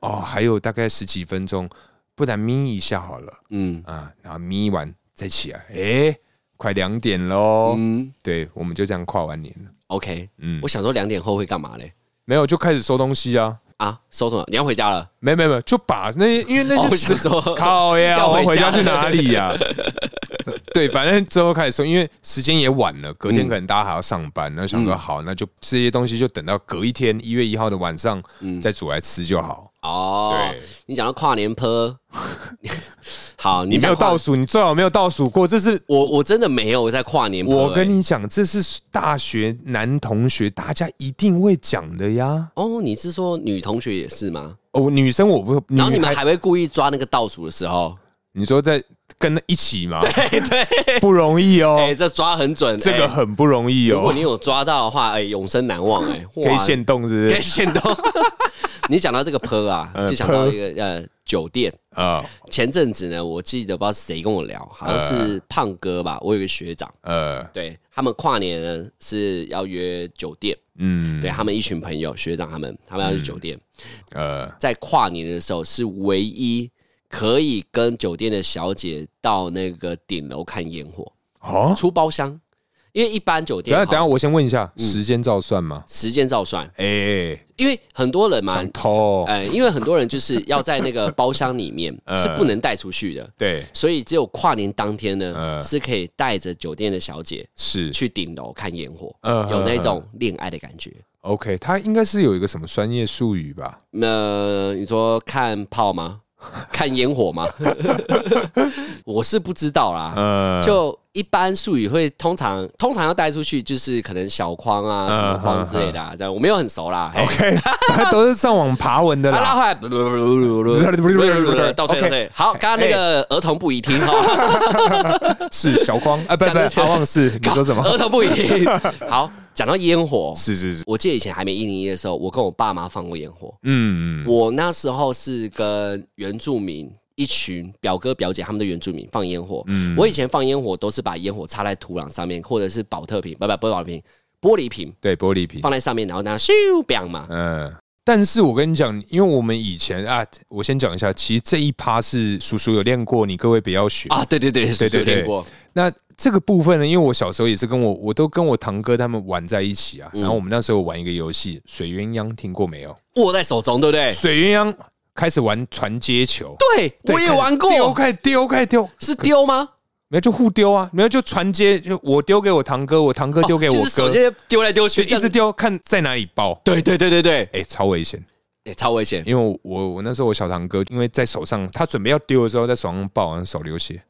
[SPEAKER 2] 哦，还有大概十几分钟，不然眯一下好了
[SPEAKER 1] 嗯
[SPEAKER 2] 啊。然后眯完再起来，哎，快两点喽。
[SPEAKER 1] 嗯
[SPEAKER 2] 对，我们就这样跨完年了。
[SPEAKER 1] ，OK，
[SPEAKER 2] 嗯
[SPEAKER 1] 我，想说两点后会干嘛嘞？
[SPEAKER 2] 没有就开始收东西啊。
[SPEAKER 1] 啊，收通了，你要回家了。
[SPEAKER 2] 没没没，就把那些因为那
[SPEAKER 1] 哦
[SPEAKER 2] 些
[SPEAKER 1] 我
[SPEAKER 2] 食
[SPEAKER 1] 想说，
[SPEAKER 2] 靠呀！
[SPEAKER 1] 要
[SPEAKER 2] 我
[SPEAKER 1] 回
[SPEAKER 2] 回家
[SPEAKER 1] 家
[SPEAKER 2] 去哪里
[SPEAKER 1] [laughs]
[SPEAKER 2] 呀、对，反正之后开始说，因为时间也晚了，隔天
[SPEAKER 1] 嗯
[SPEAKER 2] 可能大家还要上班，然后想说好，那就这些东西就等到隔一天一月一号的晚上
[SPEAKER 1] 嗯
[SPEAKER 2] 再煮来吃就好。
[SPEAKER 1] 哦
[SPEAKER 2] 对，
[SPEAKER 1] 你讲到跨年坡， [laughs] 好，
[SPEAKER 2] 你没有
[SPEAKER 1] 讲跨
[SPEAKER 2] 倒，数，你最好没有倒数过。这是
[SPEAKER 1] 我我真的没有在跨年坡。
[SPEAKER 2] 我跟
[SPEAKER 1] 欸
[SPEAKER 2] 你讲，这是大学男同学大家一定会讲的呀。
[SPEAKER 1] 哦，你是说女同学也是吗？
[SPEAKER 2] 哦，女生我不，
[SPEAKER 1] 然后你
[SPEAKER 2] 女
[SPEAKER 1] 们
[SPEAKER 2] 孩
[SPEAKER 1] 还会故意抓那个倒数的时候，
[SPEAKER 2] 你说在跟一
[SPEAKER 1] [laughs]
[SPEAKER 2] 起嘛？对对，不容易哦，
[SPEAKER 1] 哎，这抓很准，
[SPEAKER 2] 这
[SPEAKER 1] 哎
[SPEAKER 2] 个很不容易
[SPEAKER 1] 如果
[SPEAKER 2] 哦
[SPEAKER 1] 你，有抓到的话，哎，永生难忘，哎，
[SPEAKER 2] 可
[SPEAKER 1] 哇
[SPEAKER 2] 以现动是不
[SPEAKER 1] 可以
[SPEAKER 2] 是？
[SPEAKER 1] 现动。 [laughs] 你讲到这个坡啊，
[SPEAKER 2] 呃
[SPEAKER 1] 就想到
[SPEAKER 2] 坡
[SPEAKER 1] 一个呃酒店。
[SPEAKER 2] 啊
[SPEAKER 1] 前阵子呢，我记得不知道是谁跟我聊，好像是胖哥吧，我有个学长，
[SPEAKER 2] 呃
[SPEAKER 1] 对他们跨年呢是要约酒店，
[SPEAKER 2] 嗯，
[SPEAKER 1] 对他啊们一群朋友学长他们，他们要去酒店，
[SPEAKER 2] 呃，
[SPEAKER 1] 在跨年的时候是唯一可以跟酒店的小姐到那个顶楼看烟火，
[SPEAKER 2] 哦，
[SPEAKER 1] 出包厢，因为一般酒
[SPEAKER 2] 等一
[SPEAKER 1] 店
[SPEAKER 2] 下等一下，
[SPEAKER 1] 哈
[SPEAKER 2] 我先问一
[SPEAKER 1] 嗯
[SPEAKER 2] 下，时间照算吗？
[SPEAKER 1] 时间照算，
[SPEAKER 2] 哎，
[SPEAKER 1] 因为很多人嘛
[SPEAKER 2] 想，偷哦，
[SPEAKER 1] 哎，因为很多人就是要在那个包厢里
[SPEAKER 2] [laughs]
[SPEAKER 1] 面
[SPEAKER 2] 呃
[SPEAKER 1] 是不能带出去的。
[SPEAKER 2] 对，
[SPEAKER 1] 所以只有跨年当天
[SPEAKER 2] 呃
[SPEAKER 1] 呢，是可以带着酒店的小姐
[SPEAKER 2] 是
[SPEAKER 1] 去顶楼看烟火，
[SPEAKER 2] 呃
[SPEAKER 1] 有那种恋爱的感觉。
[SPEAKER 2] OK，他应该是有一个什么专业术语吧？
[SPEAKER 1] 那你说看炮吗？ [laughs] 看烟火吗？ [laughs] 我是不知道啦。 [laughs]
[SPEAKER 2] 呃，
[SPEAKER 1] 就一般术语会通常通常要带出去，就是可能小框啊、
[SPEAKER 2] 嗯
[SPEAKER 1] 什么框之类的、啊，但我没有很熟啦。嘿
[SPEAKER 2] OK，反正都是上网爬文的
[SPEAKER 1] 啊拉
[SPEAKER 2] 啦。
[SPEAKER 1] 回来，倒退倒退。好，刚刚那个儿童不宜
[SPEAKER 2] [laughs]
[SPEAKER 1] 听哈，
[SPEAKER 2] 是小光啊，不
[SPEAKER 1] 讲
[SPEAKER 2] 不，
[SPEAKER 1] 得起
[SPEAKER 2] 阿
[SPEAKER 1] 来
[SPEAKER 2] 旺是你说什么？
[SPEAKER 1] 儿童不宜听。好，讲到烟火，
[SPEAKER 2] 是是是，
[SPEAKER 1] 我记得以前还没一零一的时候，我跟我爸妈放过烟火。
[SPEAKER 2] 嗯，嗯
[SPEAKER 1] 我那时候是跟原住民一群表哥表姐他们的原住民放烟火。
[SPEAKER 2] 嗯
[SPEAKER 1] 我以前放烟火都是把烟火插在土壤上面，或者是保特瓶，不不不是保特瓶，玻璃瓶
[SPEAKER 2] 对，玻璃瓶，
[SPEAKER 1] 放在上面，然后那样咻 bang 嘛。
[SPEAKER 2] 嗯。但是我跟你讲，因为我们以前啊，我先讲一下，其实这一趴是叔叔有练过，你各位不要学
[SPEAKER 1] 啊，对对对，
[SPEAKER 2] 对对
[SPEAKER 1] 有练过，
[SPEAKER 2] 那这个部分呢，因为我小时候也是跟我，我都跟我堂哥他们玩在一起啊。
[SPEAKER 1] 嗯
[SPEAKER 2] 然后我们那时候玩一个游戏，水鸳鸯，听过没有？
[SPEAKER 1] 握在手中，对不对？
[SPEAKER 2] 水鸳鸯开始玩传接球，
[SPEAKER 1] 哎对，我也玩
[SPEAKER 2] 丢
[SPEAKER 1] 过，
[SPEAKER 2] 开丢开丢，
[SPEAKER 1] 是丢吗？
[SPEAKER 2] 没有就互丢啊，没有就传接，就我丢给我堂哥，我堂哥丢给我
[SPEAKER 1] 哦就是
[SPEAKER 2] 哥，
[SPEAKER 1] 手接丢来丢
[SPEAKER 2] 就
[SPEAKER 1] 去，
[SPEAKER 2] 一直丢，看在哪里爆。
[SPEAKER 1] 对对对对对，
[SPEAKER 2] 哎、超危险！
[SPEAKER 1] 也超危险。
[SPEAKER 2] 因为我我我那时候我小堂哥，因为在手上，他准备要丢的时候，在手上爆，然后手流血，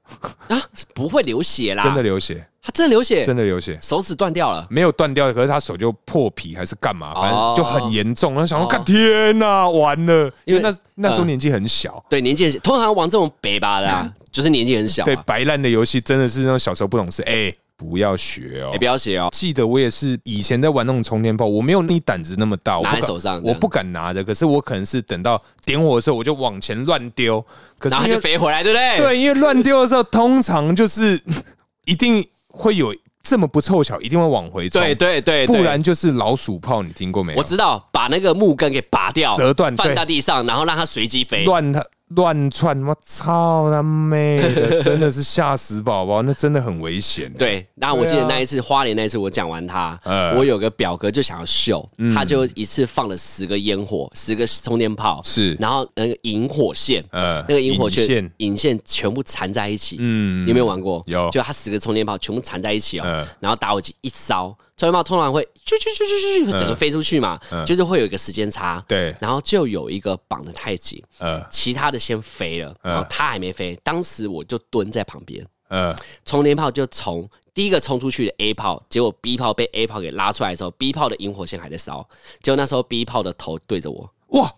[SPEAKER 1] 啊，不会流血啦，
[SPEAKER 2] 真的，流血，
[SPEAKER 1] 他真的流血，
[SPEAKER 2] 真的流血，
[SPEAKER 1] 手指断掉了，
[SPEAKER 2] 没有断掉，可是他手就破皮还是干嘛，反
[SPEAKER 1] 哦
[SPEAKER 2] 正就很严重。然后想说，
[SPEAKER 1] 哦
[SPEAKER 2] 看、天哪、完了！因
[SPEAKER 1] 因为
[SPEAKER 2] 为那那时候
[SPEAKER 1] 嗯
[SPEAKER 2] 年纪很小，
[SPEAKER 1] 对，年纪很小通常玩这种北吧的、啊，就是年纪很小、
[SPEAKER 2] 对
[SPEAKER 1] 啊，
[SPEAKER 2] 白烂的游戏真的是那种小时候不懂事，哎、不要学哦
[SPEAKER 1] 哎、。不要血哦，
[SPEAKER 2] 记得我也是以前在玩那种充电炮，我没有你胆子那么大，我不
[SPEAKER 1] 拿在
[SPEAKER 2] 敢
[SPEAKER 1] 手上这
[SPEAKER 2] 我
[SPEAKER 1] 样
[SPEAKER 2] 不敢拿着。可是我可能是等到点火的时候，我就往前乱丢。可是
[SPEAKER 1] 然后
[SPEAKER 2] 因
[SPEAKER 1] 它就
[SPEAKER 2] 为
[SPEAKER 1] 飞回来，对不对？，
[SPEAKER 2] 对，因为乱丢的时候，通常就是 [laughs] 一定会有这么不凑巧，一定会往回冲。
[SPEAKER 1] 对对对对
[SPEAKER 2] 不然就是老鼠炮，你听过没有？
[SPEAKER 1] 我知道，把那个木根给拔掉，
[SPEAKER 2] 折断对
[SPEAKER 1] 放在地上，然后让它随机飞。
[SPEAKER 2] [laughs] 乱他乱窜，我操他妹的，真的是吓死宝宝，那真的很危险。
[SPEAKER 1] 对，那我记得
[SPEAKER 2] 对啊
[SPEAKER 1] 那一次、花莲那一次，我讲完它，
[SPEAKER 2] 呃
[SPEAKER 1] 我有个表哥就想要秀，他就一次放了十个烟火，十个充电炮，
[SPEAKER 2] 是
[SPEAKER 1] 然后那个引火线，
[SPEAKER 2] 呃
[SPEAKER 1] 那个引火线
[SPEAKER 2] 线，
[SPEAKER 1] 引线全部缠在一起，
[SPEAKER 2] 嗯
[SPEAKER 1] 你有没有玩过？
[SPEAKER 2] 有
[SPEAKER 1] 就它十个充电炮全部缠在一起哦，
[SPEAKER 2] 嗯
[SPEAKER 1] 然后打火机一烧，充电炮通常会啾啾啾啾啾整个飞出去嘛，就是会有一个时间差，
[SPEAKER 2] 对
[SPEAKER 1] 然后就有一个绑得太紧，
[SPEAKER 2] 呃
[SPEAKER 1] 其他的先飞了，然后它还没飞，当时我就蹲在旁边，
[SPEAKER 2] 呃，
[SPEAKER 1] 充电炮就从第一个冲出去的 A 炮，结果 B 炮被 A 炮给拉出来的时候，B 炮的引火线还在烧，结果那时候 B 炮的头对着我
[SPEAKER 2] 哇，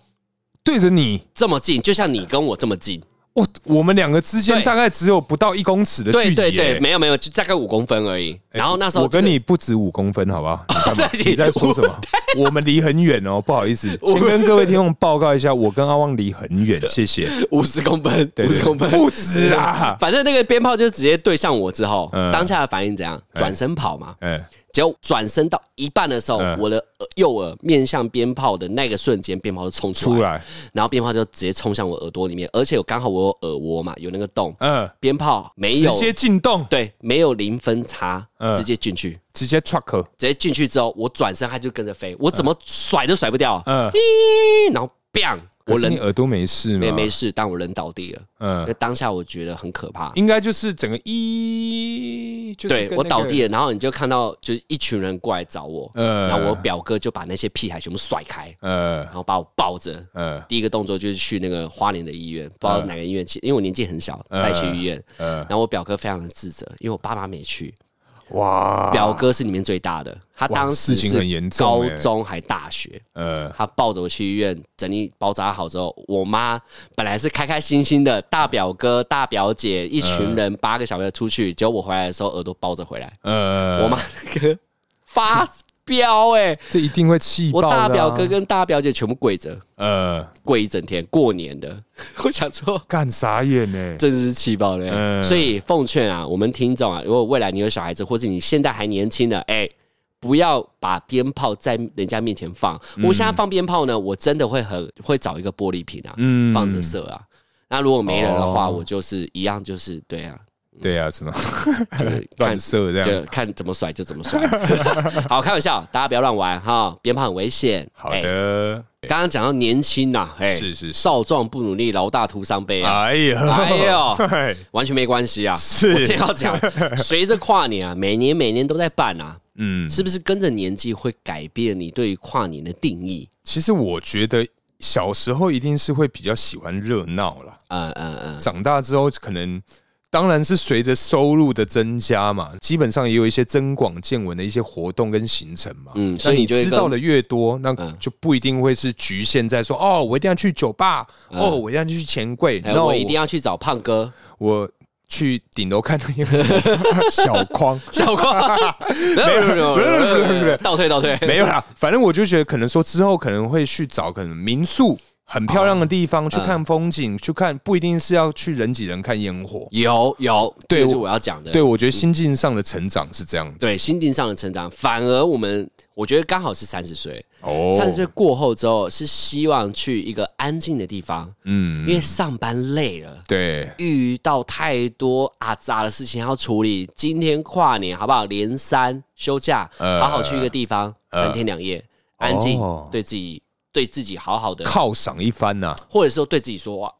[SPEAKER 2] 对着你，
[SPEAKER 1] 这么近，就像你跟我这么近。
[SPEAKER 2] 哇，我们两个之间
[SPEAKER 1] 对
[SPEAKER 2] 大概只 [laughs] 有不到一公尺的距
[SPEAKER 1] 对
[SPEAKER 2] 离。
[SPEAKER 1] 对对，
[SPEAKER 2] 哎
[SPEAKER 1] 没有没有，就大概五公分而已。然后那时候
[SPEAKER 2] 我跟
[SPEAKER 1] 这个
[SPEAKER 2] 你不止五公分，好
[SPEAKER 1] [laughs]
[SPEAKER 2] 不好？你干嘛
[SPEAKER 1] 对不起
[SPEAKER 2] 你在说什么？我们离很远哦，不好意思，
[SPEAKER 1] [laughs]
[SPEAKER 2] 先跟各位听众报告一下，我跟阿旺离很远，谢谢。
[SPEAKER 1] [laughs] 五十公分，[laughs]
[SPEAKER 2] 对
[SPEAKER 1] 五
[SPEAKER 2] 对
[SPEAKER 1] 十公分
[SPEAKER 2] 不止啊
[SPEAKER 1] [laughs] 反正那个鞭炮就直接对向我之后，
[SPEAKER 2] 嗯
[SPEAKER 1] 当下的反应怎样？转身跑嘛。
[SPEAKER 2] 哎，
[SPEAKER 1] 结果转身到一半的时候，
[SPEAKER 2] 嗯
[SPEAKER 1] 我的呃右耳面向鞭炮的那个瞬间，鞭炮就冲出来，
[SPEAKER 2] 出来，
[SPEAKER 1] 然后鞭炮就直接冲向我耳朵里面，而且我刚好我有耳窝嘛，有那个洞，
[SPEAKER 2] 嗯，
[SPEAKER 1] 鞭炮没
[SPEAKER 2] 直
[SPEAKER 1] 有
[SPEAKER 2] 接进洞，
[SPEAKER 1] 对，没有零分差，
[SPEAKER 2] 嗯
[SPEAKER 1] 直接进去。
[SPEAKER 2] 直接 truck，
[SPEAKER 1] 直接进去之后，我转身，它就跟着飞，我怎么甩都甩不掉，
[SPEAKER 2] 嗯，
[SPEAKER 1] 咦然后 bang，我
[SPEAKER 2] 可是
[SPEAKER 1] 人
[SPEAKER 2] 你耳朵没事
[SPEAKER 1] 没
[SPEAKER 2] 吗？
[SPEAKER 1] 没，事，但我人倒地了。那
[SPEAKER 2] 嗯，
[SPEAKER 1] 当下我觉得很可怕，
[SPEAKER 2] 应该就是整个一，就是
[SPEAKER 1] 对
[SPEAKER 2] 跟
[SPEAKER 1] 我
[SPEAKER 2] 那
[SPEAKER 1] 倒
[SPEAKER 2] 个
[SPEAKER 1] 地了，然后你就看到就是一群人过来找我，
[SPEAKER 2] 嗯
[SPEAKER 1] 然后我表哥就把那些屁孩全部甩开，
[SPEAKER 2] 呃
[SPEAKER 1] 然后把我抱着。
[SPEAKER 2] 呃
[SPEAKER 1] 第一个动作就是去那个花莲的医院，不知道哪个医院去，因为我年纪很小，带去医院。
[SPEAKER 2] 呃，
[SPEAKER 1] 然后我表哥非常的自责，因为我爸妈没去，
[SPEAKER 2] 哇，
[SPEAKER 1] 表哥是里面最大的，他
[SPEAKER 2] 啊哇
[SPEAKER 1] 当时
[SPEAKER 2] 事情
[SPEAKER 1] 是
[SPEAKER 2] 很严重
[SPEAKER 1] 高
[SPEAKER 2] 欸
[SPEAKER 1] 中还大学，
[SPEAKER 2] 呃，
[SPEAKER 1] 他抱着我去医院整理包扎好之后，我妈本来是开开心心的，大表哥、大表姐一
[SPEAKER 2] 嗯
[SPEAKER 1] 群人八个小朋友出去，结果我回来的时候耳朵包着回来，
[SPEAKER 2] 呃，
[SPEAKER 1] 我妈那个发飙哎、
[SPEAKER 2] 这一定会气 [laughs] 爆
[SPEAKER 1] 我
[SPEAKER 2] 的
[SPEAKER 1] 大
[SPEAKER 2] 啊
[SPEAKER 1] 表哥跟大表姐全部跪着，
[SPEAKER 2] 呃
[SPEAKER 1] 跪一整天，过年的， [laughs] 我想说。
[SPEAKER 2] 干傻眼呢，
[SPEAKER 1] 真是气爆了欸、
[SPEAKER 2] 嗯
[SPEAKER 1] 所以奉劝啊，我们听众啊，如果未来你有小孩子，或者你现在还年轻的，哎、不要把鞭炮在人家面前放。
[SPEAKER 2] 嗯
[SPEAKER 1] 我现在放鞭炮呢，我真的会很会找一个玻璃瓶啊，
[SPEAKER 2] 嗯
[SPEAKER 1] 放着射啊。那如果没人的话，
[SPEAKER 2] 哦
[SPEAKER 1] 我就是一样，就是对
[SPEAKER 2] [laughs]
[SPEAKER 1] 啊，
[SPEAKER 2] 对啊，什么
[SPEAKER 1] 就是看
[SPEAKER 2] 乱射这样。
[SPEAKER 1] 就看怎么甩就怎么甩。 [laughs] 好，开玩笑，大家不要乱玩哈，鞭炮很危险。
[SPEAKER 2] 好
[SPEAKER 1] 哎
[SPEAKER 2] 的，
[SPEAKER 1] 刚刚讲到年轻呐、哎、
[SPEAKER 2] 是是是
[SPEAKER 1] 少壮不努力，老大徒伤悲啊。
[SPEAKER 2] 哎呦，
[SPEAKER 1] 哎呦
[SPEAKER 2] 嘿
[SPEAKER 1] 完全没关系啊。
[SPEAKER 2] 是
[SPEAKER 1] 我正要讲， [laughs] 随着跨年啊，每年每年都在办啊，
[SPEAKER 2] [laughs] 嗯，
[SPEAKER 1] 是不是跟着年纪会改变你对于跨年的定义？
[SPEAKER 2] 其实我觉得小时候一定是会比较喜欢热闹啦，
[SPEAKER 1] 嗯嗯嗯，
[SPEAKER 2] 长大之后可能。当然是随着收入的增加嘛，基本上也有一些增广见闻的一些活动跟行程嘛。
[SPEAKER 1] 嗯
[SPEAKER 2] 那
[SPEAKER 1] 所以
[SPEAKER 2] 你
[SPEAKER 1] 你就会
[SPEAKER 2] 知
[SPEAKER 1] 跟
[SPEAKER 2] 道的越多，那
[SPEAKER 1] 嗯
[SPEAKER 2] 就不一定会是局限在说哦，我一定要去酒吧，哦，我一定要去钱柜，
[SPEAKER 1] 嗯哎、
[SPEAKER 2] 那
[SPEAKER 1] 我一定要去找胖 [laughs] 哥，
[SPEAKER 2] 我去顶楼看 [laughs] 那个小框，
[SPEAKER 1] 小光，没有没有没有没有，倒退倒 [laughs] 退，
[SPEAKER 2] 没有啦，反正我就觉得可能说之后可能会去找可能民宿很漂
[SPEAKER 1] 哦
[SPEAKER 2] 亮的地方、去
[SPEAKER 1] 嗯
[SPEAKER 2] 看风景，去看不一定是要去人挤人看烟火。
[SPEAKER 1] 有有，
[SPEAKER 2] 对
[SPEAKER 1] 这个就是
[SPEAKER 2] 我
[SPEAKER 1] 我要讲的。
[SPEAKER 2] 对，我觉得心境上的成长是这样子。
[SPEAKER 1] 对，心境上的成长，反而我们我觉得刚好是三十岁，
[SPEAKER 2] 哦
[SPEAKER 1] 三十岁过后之后是希望去一个安静的地方，因
[SPEAKER 2] 嗯，
[SPEAKER 1] 为上班累了。
[SPEAKER 2] 对，
[SPEAKER 1] 遇到太多阿杂的事情要处理。今天跨年好不好？连三休假，
[SPEAKER 2] 呃
[SPEAKER 1] 好好去一个地方，三天两夜，安静
[SPEAKER 2] 哦，
[SPEAKER 1] 对自己对自己好好的，
[SPEAKER 2] 犒赏一番呐、
[SPEAKER 1] 或者说 [coughs] 对自己说话，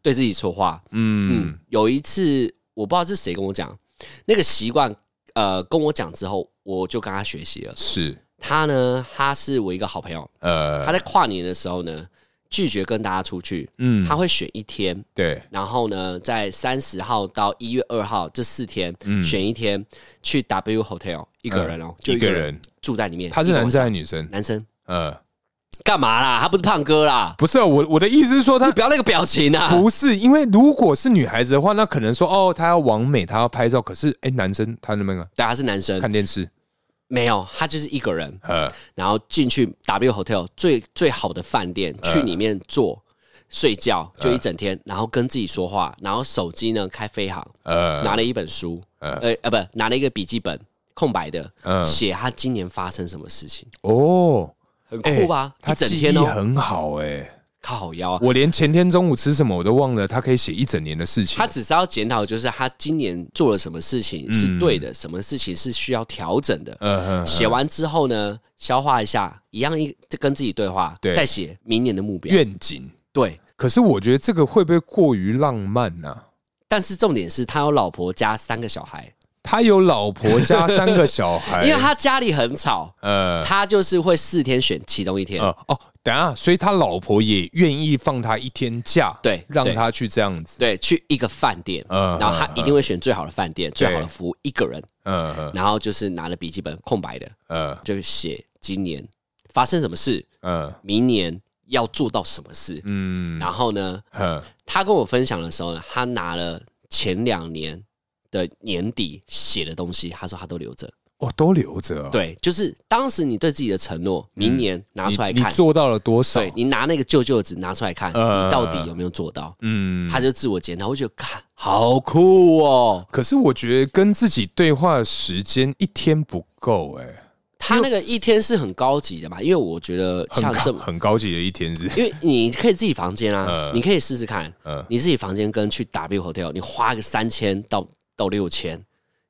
[SPEAKER 1] 对自己说话。
[SPEAKER 2] 嗯，
[SPEAKER 1] 嗯，有一次我不知道是谁跟我讲，那个习惯，呃，跟我讲之后，我就跟他学习了。
[SPEAKER 2] 是
[SPEAKER 1] 他呢，他是我一个好朋友，
[SPEAKER 2] 呃
[SPEAKER 1] 他在跨年的时候呢，拒绝跟大家出去，
[SPEAKER 2] 嗯
[SPEAKER 1] 他会选一天，
[SPEAKER 2] 对
[SPEAKER 1] 然后呢，在三十号到一月二号这四天，
[SPEAKER 2] 嗯
[SPEAKER 1] 选一天去 W Hotel 一个人哦、就
[SPEAKER 2] 一
[SPEAKER 1] 一个
[SPEAKER 2] 个
[SPEAKER 1] 人
[SPEAKER 2] 人，
[SPEAKER 1] 住在里面。
[SPEAKER 2] 他是
[SPEAKER 1] 一个
[SPEAKER 2] 男
[SPEAKER 1] 晚
[SPEAKER 2] 生
[SPEAKER 1] 上
[SPEAKER 2] 还是女生？
[SPEAKER 1] 男生
[SPEAKER 2] 呃，
[SPEAKER 1] 干嘛啦？他不是胖哥啦， [laughs]
[SPEAKER 2] 不是啊，我我的意思是说
[SPEAKER 1] 你
[SPEAKER 2] 他。
[SPEAKER 1] 不要那个表情啊！
[SPEAKER 2] 不是，因为如果是女孩子的话，那可能说哦，她要完美，她要拍照。可是，哎、男生他能不能
[SPEAKER 1] 对，他是男生，
[SPEAKER 2] 看电视？
[SPEAKER 1] 没有，他就是一个人，
[SPEAKER 2] 呃，
[SPEAKER 1] 然后进去 W Hotel 最最好的饭店，
[SPEAKER 2] 嗯
[SPEAKER 1] 去里面坐。睡觉就一整天，然后跟自己说话，然后手机呢开飞行，
[SPEAKER 2] 呃，
[SPEAKER 1] 拿了一本书，呃呃，不，拿了一个笔记本，空白的，
[SPEAKER 2] 嗯
[SPEAKER 1] 写他今年发生什么事情，
[SPEAKER 2] 哦，
[SPEAKER 1] 很
[SPEAKER 2] 哎、
[SPEAKER 1] 酷吧？
[SPEAKER 2] 他
[SPEAKER 1] 一整
[SPEAKER 2] 记
[SPEAKER 1] 天
[SPEAKER 2] 忆
[SPEAKER 1] 哦，
[SPEAKER 2] 很好哎、
[SPEAKER 1] 靠腰啊。
[SPEAKER 2] 我连前天中午吃什么我都忘了，他可以写一整年的事情
[SPEAKER 1] 他。只是要检讨，就是他今年做了什么事情
[SPEAKER 2] 嗯
[SPEAKER 1] 是对的，什么事情是需要调整的。
[SPEAKER 2] 呃，
[SPEAKER 1] 写完之后呢，消化一下，一样一就跟自己对话，
[SPEAKER 2] 对
[SPEAKER 1] 再写明年的目标。
[SPEAKER 2] 愿景。
[SPEAKER 1] 对，
[SPEAKER 2] 可是我觉得这个会不会过于浪漫啊呢、
[SPEAKER 1] 但是重点是他有老婆加三个小孩，
[SPEAKER 2] 他有老婆加三个小
[SPEAKER 1] [laughs]
[SPEAKER 2] 孩，
[SPEAKER 1] 因为他家里很吵，
[SPEAKER 2] 呃
[SPEAKER 1] 他就是会四天选其中一天。
[SPEAKER 2] 呃哦，等一下，所以他老婆也愿意放他一天假，
[SPEAKER 1] 对
[SPEAKER 2] 让
[SPEAKER 1] 对
[SPEAKER 2] 他去这样子，
[SPEAKER 1] 对，去一个饭店，
[SPEAKER 2] 嗯
[SPEAKER 1] 然后他一定会选最好的饭店、最好的服务，一个人，
[SPEAKER 2] 呃
[SPEAKER 1] 然后就是拿了笔记本空白的，
[SPEAKER 2] 呃
[SPEAKER 1] 就写今年发生什么事，
[SPEAKER 2] 呃
[SPEAKER 1] 明年要做到什么事。
[SPEAKER 2] 嗯
[SPEAKER 1] 然后呢，
[SPEAKER 2] 呃
[SPEAKER 1] 他跟我分享的时候呢，他拿了前两年的年底写的东西，他说他都留着。
[SPEAKER 2] 哦，都留着、哦，嗯
[SPEAKER 1] 对，就是当时你对自己的承诺，明年拿出来
[SPEAKER 2] 你，你
[SPEAKER 1] 看，
[SPEAKER 2] 做到了多少？
[SPEAKER 1] 对你拿那个旧旧的纸拿出来看，
[SPEAKER 2] 嗯
[SPEAKER 1] 你到底有没有做到？
[SPEAKER 2] 嗯，
[SPEAKER 1] 他就自我检讨，我觉得看好酷哦。
[SPEAKER 2] 可是我觉得跟自己对话的时间一天不够、哎，
[SPEAKER 1] 他那个一天是很高级的嘛，因为我觉得
[SPEAKER 2] 很
[SPEAKER 1] 像
[SPEAKER 2] 高
[SPEAKER 1] 这么，
[SPEAKER 2] 很高级的一天是，
[SPEAKER 1] 因为你可以自己房间啊
[SPEAKER 2] 嗯，
[SPEAKER 1] 你可以试试看，
[SPEAKER 2] 嗯
[SPEAKER 1] 你自己房间跟去 W Hotel，你花个三千到到六千，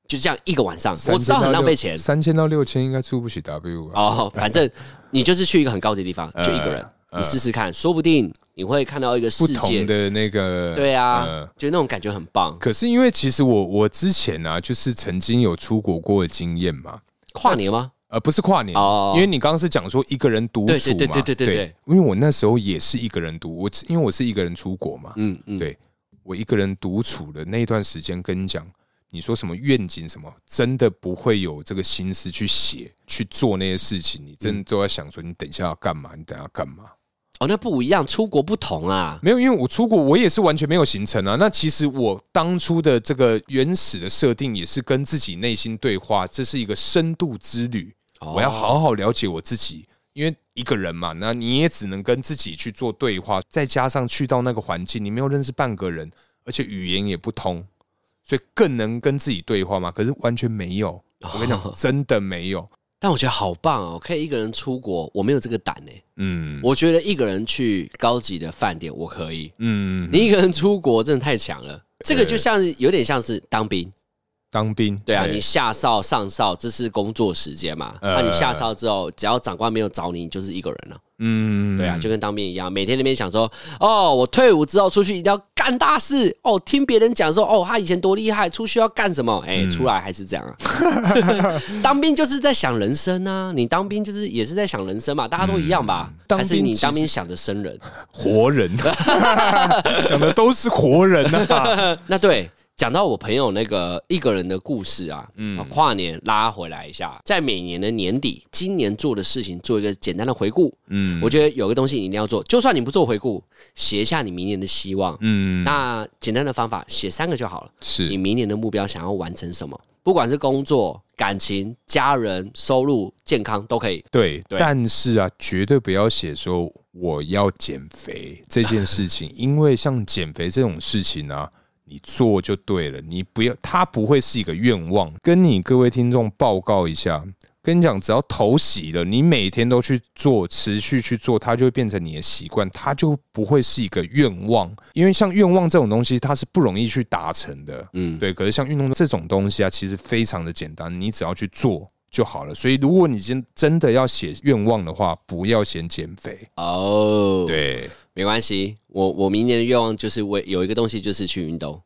[SPEAKER 1] 就这样一个晚上，我知道很浪费钱
[SPEAKER 2] 三千到六千应该出不起 W 啊吧？
[SPEAKER 1] 哦，反正你就是去一个很高级的地方，
[SPEAKER 2] 嗯
[SPEAKER 1] 就一个人，你试试看，说不定你会看到一个世
[SPEAKER 2] 不同
[SPEAKER 1] 界，
[SPEAKER 2] 的那个，
[SPEAKER 1] 对啊
[SPEAKER 2] 嗯，
[SPEAKER 1] 就那种感觉很棒。
[SPEAKER 2] 可是因为其实我我之前啊，就是曾经有出国过的经验嘛，
[SPEAKER 1] 跨年吗？
[SPEAKER 2] 呃，不是跨年，
[SPEAKER 1] 哦
[SPEAKER 2] 因为你刚刚是讲说一个人独处嘛，
[SPEAKER 1] 对对对对对对对
[SPEAKER 2] 因为我那时候也是一个人独，我因为我是一个人出国嘛，
[SPEAKER 1] 嗯嗯，
[SPEAKER 2] 对我一个人独处的那一段时间，跟你讲，你说什么愿景什么，真的不会有这个心思去写去做那些事情，你
[SPEAKER 1] 嗯
[SPEAKER 2] 真的都在想说你等一下要干嘛，你等一下要干嘛。
[SPEAKER 1] 哦，那不一样，出国不同啊。
[SPEAKER 2] 没有，因为我出国，我也是完全没有行程啊。那其实我当初的这个原始的设定，也是跟自己内心对话，这是一个深度之旅。
[SPEAKER 1] 哦
[SPEAKER 2] 我要好好了解我自己，因为一个人嘛，那你也只能跟自己去做对话，再加上去到那个环境，你没有认识半个人，而且语言也不通，所以更能跟自己对话嘛。可是完全没有，我跟你讲，真的没有。
[SPEAKER 1] 哦但我觉得好棒哦，可以一个人出国，我没有这个胆呢、欸
[SPEAKER 2] 嗯
[SPEAKER 1] 我觉得一个人去高级的饭店，我可以。
[SPEAKER 2] 嗯，
[SPEAKER 1] 你一个人出国真的太强了，这个
[SPEAKER 2] 对
[SPEAKER 1] 就像是有点像是当兵，
[SPEAKER 2] 当兵
[SPEAKER 1] 对啊，
[SPEAKER 2] 哎
[SPEAKER 1] 你下哨上哨，这是工作时间嘛。那、
[SPEAKER 2] 呃
[SPEAKER 1] 你下哨之后，只要长官没有找你，你就是一个人了。
[SPEAKER 2] 嗯
[SPEAKER 1] 对啊，就跟当兵一样，每天那边想说，哦，我退伍之后出去一定要干大事。哦，听别人讲说，哦，他以前多厉害，出去要干什么？
[SPEAKER 2] 嗯
[SPEAKER 1] 哎、出来还是这样啊。 [laughs] 当兵就是在想人生啊，你当兵就是也是在想人生嘛，大家都一样吧？
[SPEAKER 2] 嗯当
[SPEAKER 1] 还
[SPEAKER 2] 兵
[SPEAKER 1] 是你
[SPEAKER 2] 其
[SPEAKER 1] 当
[SPEAKER 2] 实
[SPEAKER 1] 兵想着生人？
[SPEAKER 2] 活人， [laughs] 想的都是活人啊。
[SPEAKER 1] 那对，讲到我朋友那个一个人的故事啊，嗯，跨年拉回来一下，在每年的年底，今年做的事情做一个简单的回顾。
[SPEAKER 2] 嗯
[SPEAKER 1] 我觉得有个东西你一定要做，就算你不做回顾，写一下你明年的希望。
[SPEAKER 2] 嗯，
[SPEAKER 1] 那简单的方法，写三个就好了。你
[SPEAKER 2] 是
[SPEAKER 1] 明年的目标想要完成什么？不管是工作、感情、家人、收入、健康都可以。
[SPEAKER 2] 对，
[SPEAKER 1] 对
[SPEAKER 2] 但是啊，绝对不要写说我要减肥这件事 [laughs] 情，因为像减肥这种事情啊。你做就对了，你不要，它不会是一个愿望。跟你各位听众报告一下，跟你讲，只要投洗了，你每天都去做，持续去做，它就会变成你的习惯，它就不会是一个愿望。因为像愿望这种东西，它是不容易去达成的。
[SPEAKER 1] 嗯，
[SPEAKER 2] 对，可是像运动这种东西啊，其实非常的简单，你只要去做就好了。所以，如果你今真的要写愿望的话，不要先减肥。
[SPEAKER 1] 哦，
[SPEAKER 2] 对，
[SPEAKER 1] 没关系，我我明年的愿望就是我有一个东西就是去运动，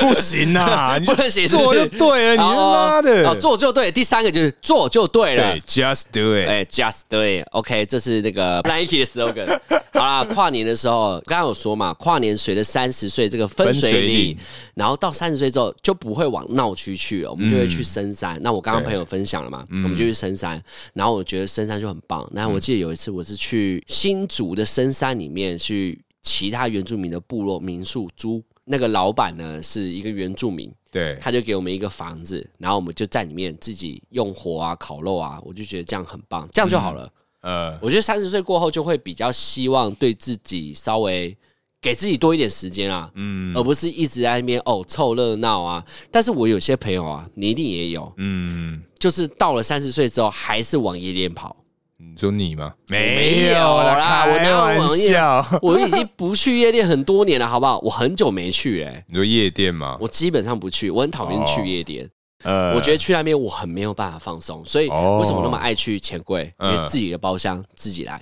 [SPEAKER 2] 不
[SPEAKER 1] [laughs]
[SPEAKER 2] 行啊，你
[SPEAKER 1] 不能写是不
[SPEAKER 2] 做
[SPEAKER 1] 是
[SPEAKER 2] 就 [laughs] 对了，你
[SPEAKER 1] 哦
[SPEAKER 2] 妈的
[SPEAKER 1] 哦，做就对。第三个就是做就对了
[SPEAKER 2] 对。，just do it，
[SPEAKER 1] 哎、j u s t do it，OK，、这是那个 [laughs] Nike 的 slogan。好啦，跨年的时候，刚刚有说嘛，跨年随着三十岁这个分水
[SPEAKER 2] 分水
[SPEAKER 1] 岭
[SPEAKER 2] 岭，
[SPEAKER 1] 然后到三十岁之后就不会往闹区去了，我们就会去深山。那我刚刚
[SPEAKER 2] 嗯对嗯
[SPEAKER 1] 朋友分享了嘛，我们就去深山，然后我觉得深山就很棒。那我记得有一次我是去新竹的深山里面去其他原住民的部落民宿租，那个老板呢是一个原住民，
[SPEAKER 2] 对，
[SPEAKER 1] 他就给我们一个房子，然后我们就在里面自己用火啊、烤肉啊，我就觉得这样很棒，这样就好了。
[SPEAKER 2] 呃，
[SPEAKER 1] 我觉得三十岁过后就会比较希望对自己稍微给自己多一点时间啊，
[SPEAKER 2] 嗯
[SPEAKER 1] 而不是一直在那边哦凑热闹啊。但是我有些朋友啊，你一定也有，
[SPEAKER 2] 嗯，
[SPEAKER 1] 就是到了三十岁之后还是往夜店跑。
[SPEAKER 2] 你说嗯你吗？
[SPEAKER 1] 没有啦
[SPEAKER 2] 啦，
[SPEAKER 1] 我哪有
[SPEAKER 2] 开玩
[SPEAKER 1] 网页
[SPEAKER 2] 笑。 [laughs]
[SPEAKER 1] 我已经不去夜店很多年了，好不好？我很久没去哎、
[SPEAKER 2] 你说夜店吗？
[SPEAKER 1] 我基本上不去，我很讨厌去夜店。
[SPEAKER 2] 呃
[SPEAKER 1] 我觉得去那边我很没有办法放松，所以
[SPEAKER 2] 哦
[SPEAKER 1] 为什么那么爱去钱柜？因
[SPEAKER 2] 嗯
[SPEAKER 1] 为自己的包厢自己来。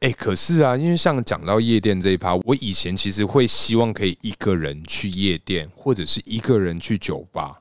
[SPEAKER 2] 哎、可是啊，因为像讲到夜店这一趴，我以前其实会希望可以一个人去夜店，或者是一个人去酒吧，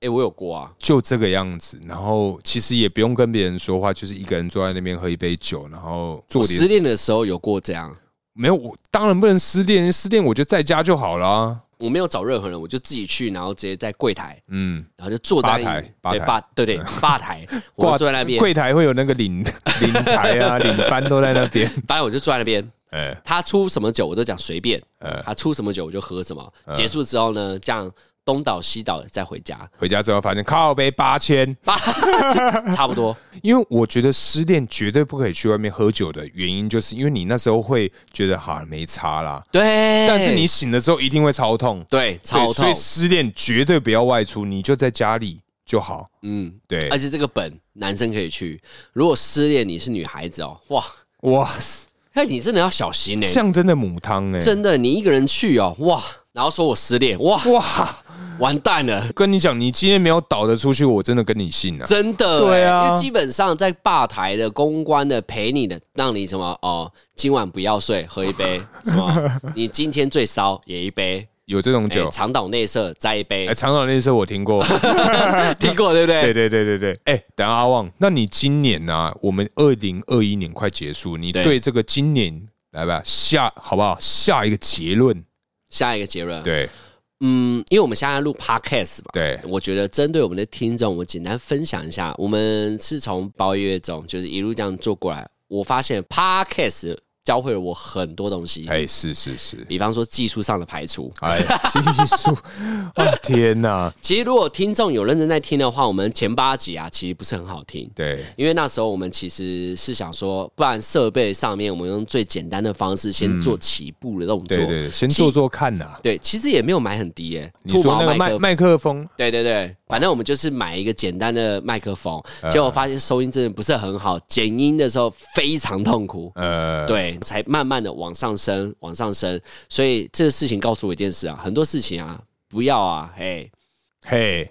[SPEAKER 1] 哎，我有过啊，
[SPEAKER 2] 就这个样子。然后其实也不用跟别人说话，就是一个人坐在那边喝一杯酒，然后做
[SPEAKER 1] 我
[SPEAKER 2] 点
[SPEAKER 1] 失恋的时候有过这样，
[SPEAKER 2] 没有。我当然不能失恋，失恋我就在家就好啦。
[SPEAKER 1] 我没有找任何人，我就自己去，然后直接在柜台，
[SPEAKER 2] 嗯，
[SPEAKER 1] 然后就坐在
[SPEAKER 2] 吧台吧
[SPEAKER 1] 对
[SPEAKER 2] 台嗯
[SPEAKER 1] 吧，对对吧
[SPEAKER 2] [laughs]
[SPEAKER 1] 台，我就坐在那边，
[SPEAKER 2] 柜台会有那个领 [laughs] 领台啊，领班都在那边。 [laughs]
[SPEAKER 1] 反正我就坐在那边。
[SPEAKER 2] 哎、
[SPEAKER 1] 他出什么酒我都讲随便，
[SPEAKER 2] 呃，
[SPEAKER 1] 他出什么酒我就喝什么。
[SPEAKER 2] 嗯
[SPEAKER 1] 结束之后呢，这样东倒西倒再回家， [laughs]
[SPEAKER 2] 回家之后发现靠杯八千，
[SPEAKER 1] 差不多。
[SPEAKER 2] 因为我觉得失恋绝对不可以去外面喝酒的原因，就是因为你那时候会觉得哈、没差啦，
[SPEAKER 1] 对，
[SPEAKER 2] 但是你醒了之后一定会超痛，
[SPEAKER 1] 对
[SPEAKER 2] 对
[SPEAKER 1] 哎超
[SPEAKER 2] 所
[SPEAKER 1] 痛
[SPEAKER 2] 以，失恋绝对不要外出，你就在家里就好。
[SPEAKER 1] 嗯，
[SPEAKER 2] 对
[SPEAKER 1] 而，且这个本男生可以去，如果失恋你是女孩子哦，哇，
[SPEAKER 2] 哇，
[SPEAKER 1] 那你真的要小心呢、欸
[SPEAKER 2] 象征的母汤哎、
[SPEAKER 1] 哎真的，你一个人去哦，哇，然后说我失恋，哇，
[SPEAKER 2] 哇，
[SPEAKER 1] 完蛋了，
[SPEAKER 2] 跟你讲，你今天没有倒得出去，我真的跟你信啊。
[SPEAKER 1] 真的、
[SPEAKER 2] 对
[SPEAKER 1] 哎
[SPEAKER 2] 啊
[SPEAKER 1] 因为基本上在吧台的、公关的、陪你的，让你什么哦，今晚不要睡，喝一
[SPEAKER 2] [laughs]
[SPEAKER 1] 杯，什么，你今天最骚也一杯，
[SPEAKER 2] 有这种
[SPEAKER 1] 哎
[SPEAKER 2] 酒，
[SPEAKER 1] 长岛内射再一杯
[SPEAKER 2] 哎、，长岛那时候我
[SPEAKER 1] [laughs]
[SPEAKER 2] 听过，
[SPEAKER 1] 听过 [laughs] 对不对？
[SPEAKER 2] 对对对对对，哎、等一下阿旺，那你今年呢、我们二零二一年快结束，你
[SPEAKER 1] 对
[SPEAKER 2] 对这个今年来吧下好不好？下一个结论，
[SPEAKER 1] 下一个结论，
[SPEAKER 2] 对
[SPEAKER 1] 嗯，因为我们现在录 podcast 嘛，
[SPEAKER 2] 对，
[SPEAKER 1] 我觉得针对我们的听众，我简单分享一下，我们是从包月中就是一路这样做过来，我发现 podcast 教会了我很多东西，
[SPEAKER 2] 哎、是是是，
[SPEAKER 1] 比方说技术上的排除。
[SPEAKER 2] [laughs] 哎，技术，啊天哪、
[SPEAKER 1] 其实如果听众有认真在听的话，我们前八集啊，其实不是很好听。
[SPEAKER 2] 对，
[SPEAKER 1] 因为那时候我们其实是想说，不然设备上面我们用最简单的方式先做起步的动作。
[SPEAKER 2] 嗯对对对，先做做看呐、
[SPEAKER 1] 对其实也没有买很低耶、
[SPEAKER 2] 你说那个麦
[SPEAKER 1] 克
[SPEAKER 2] 麦克风，
[SPEAKER 1] 对对对，反正我们就是买一个简单的麦克风，
[SPEAKER 2] 嗯
[SPEAKER 1] 结果发现收音真的不是很好，剪音的时候非常痛苦，
[SPEAKER 2] 呃，
[SPEAKER 1] 对，才慢慢的往上升，往上升。所以这个事情告诉我一件事啊，很多事情啊，不要啊，哎、
[SPEAKER 2] 嘿，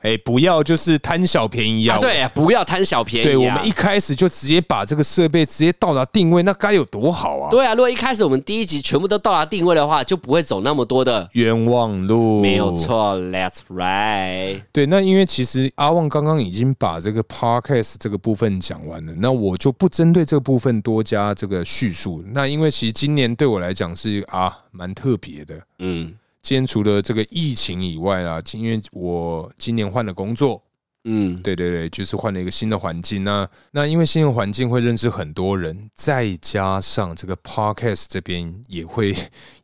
[SPEAKER 2] 哎，不要就是贪小便宜啊，
[SPEAKER 1] 啊，对啊，不要贪小便宜、啊，
[SPEAKER 2] 对，我们一开始就直接把这个设备直接到达定位，那该有多好啊！
[SPEAKER 1] 对啊，如果一开始我们第一集全部都到达定位的话，就不会走那么多的。
[SPEAKER 2] 冤枉路，
[SPEAKER 1] 没有错，That's right。
[SPEAKER 2] 对，那因为其实阿旺刚刚已经把这个 podcast 这个部分讲完了，那我就不针对这个部分多加这个叙述。那因为其实今年对我来讲是啊蛮特别的，
[SPEAKER 1] 嗯
[SPEAKER 2] 今天除了这个疫情以外啊，因为我今年换了工作，
[SPEAKER 1] 嗯，
[SPEAKER 2] 对对对，就是换了一个新的环境。那那因为新的环境会认识很多人，再加上这个 podcast 这边也会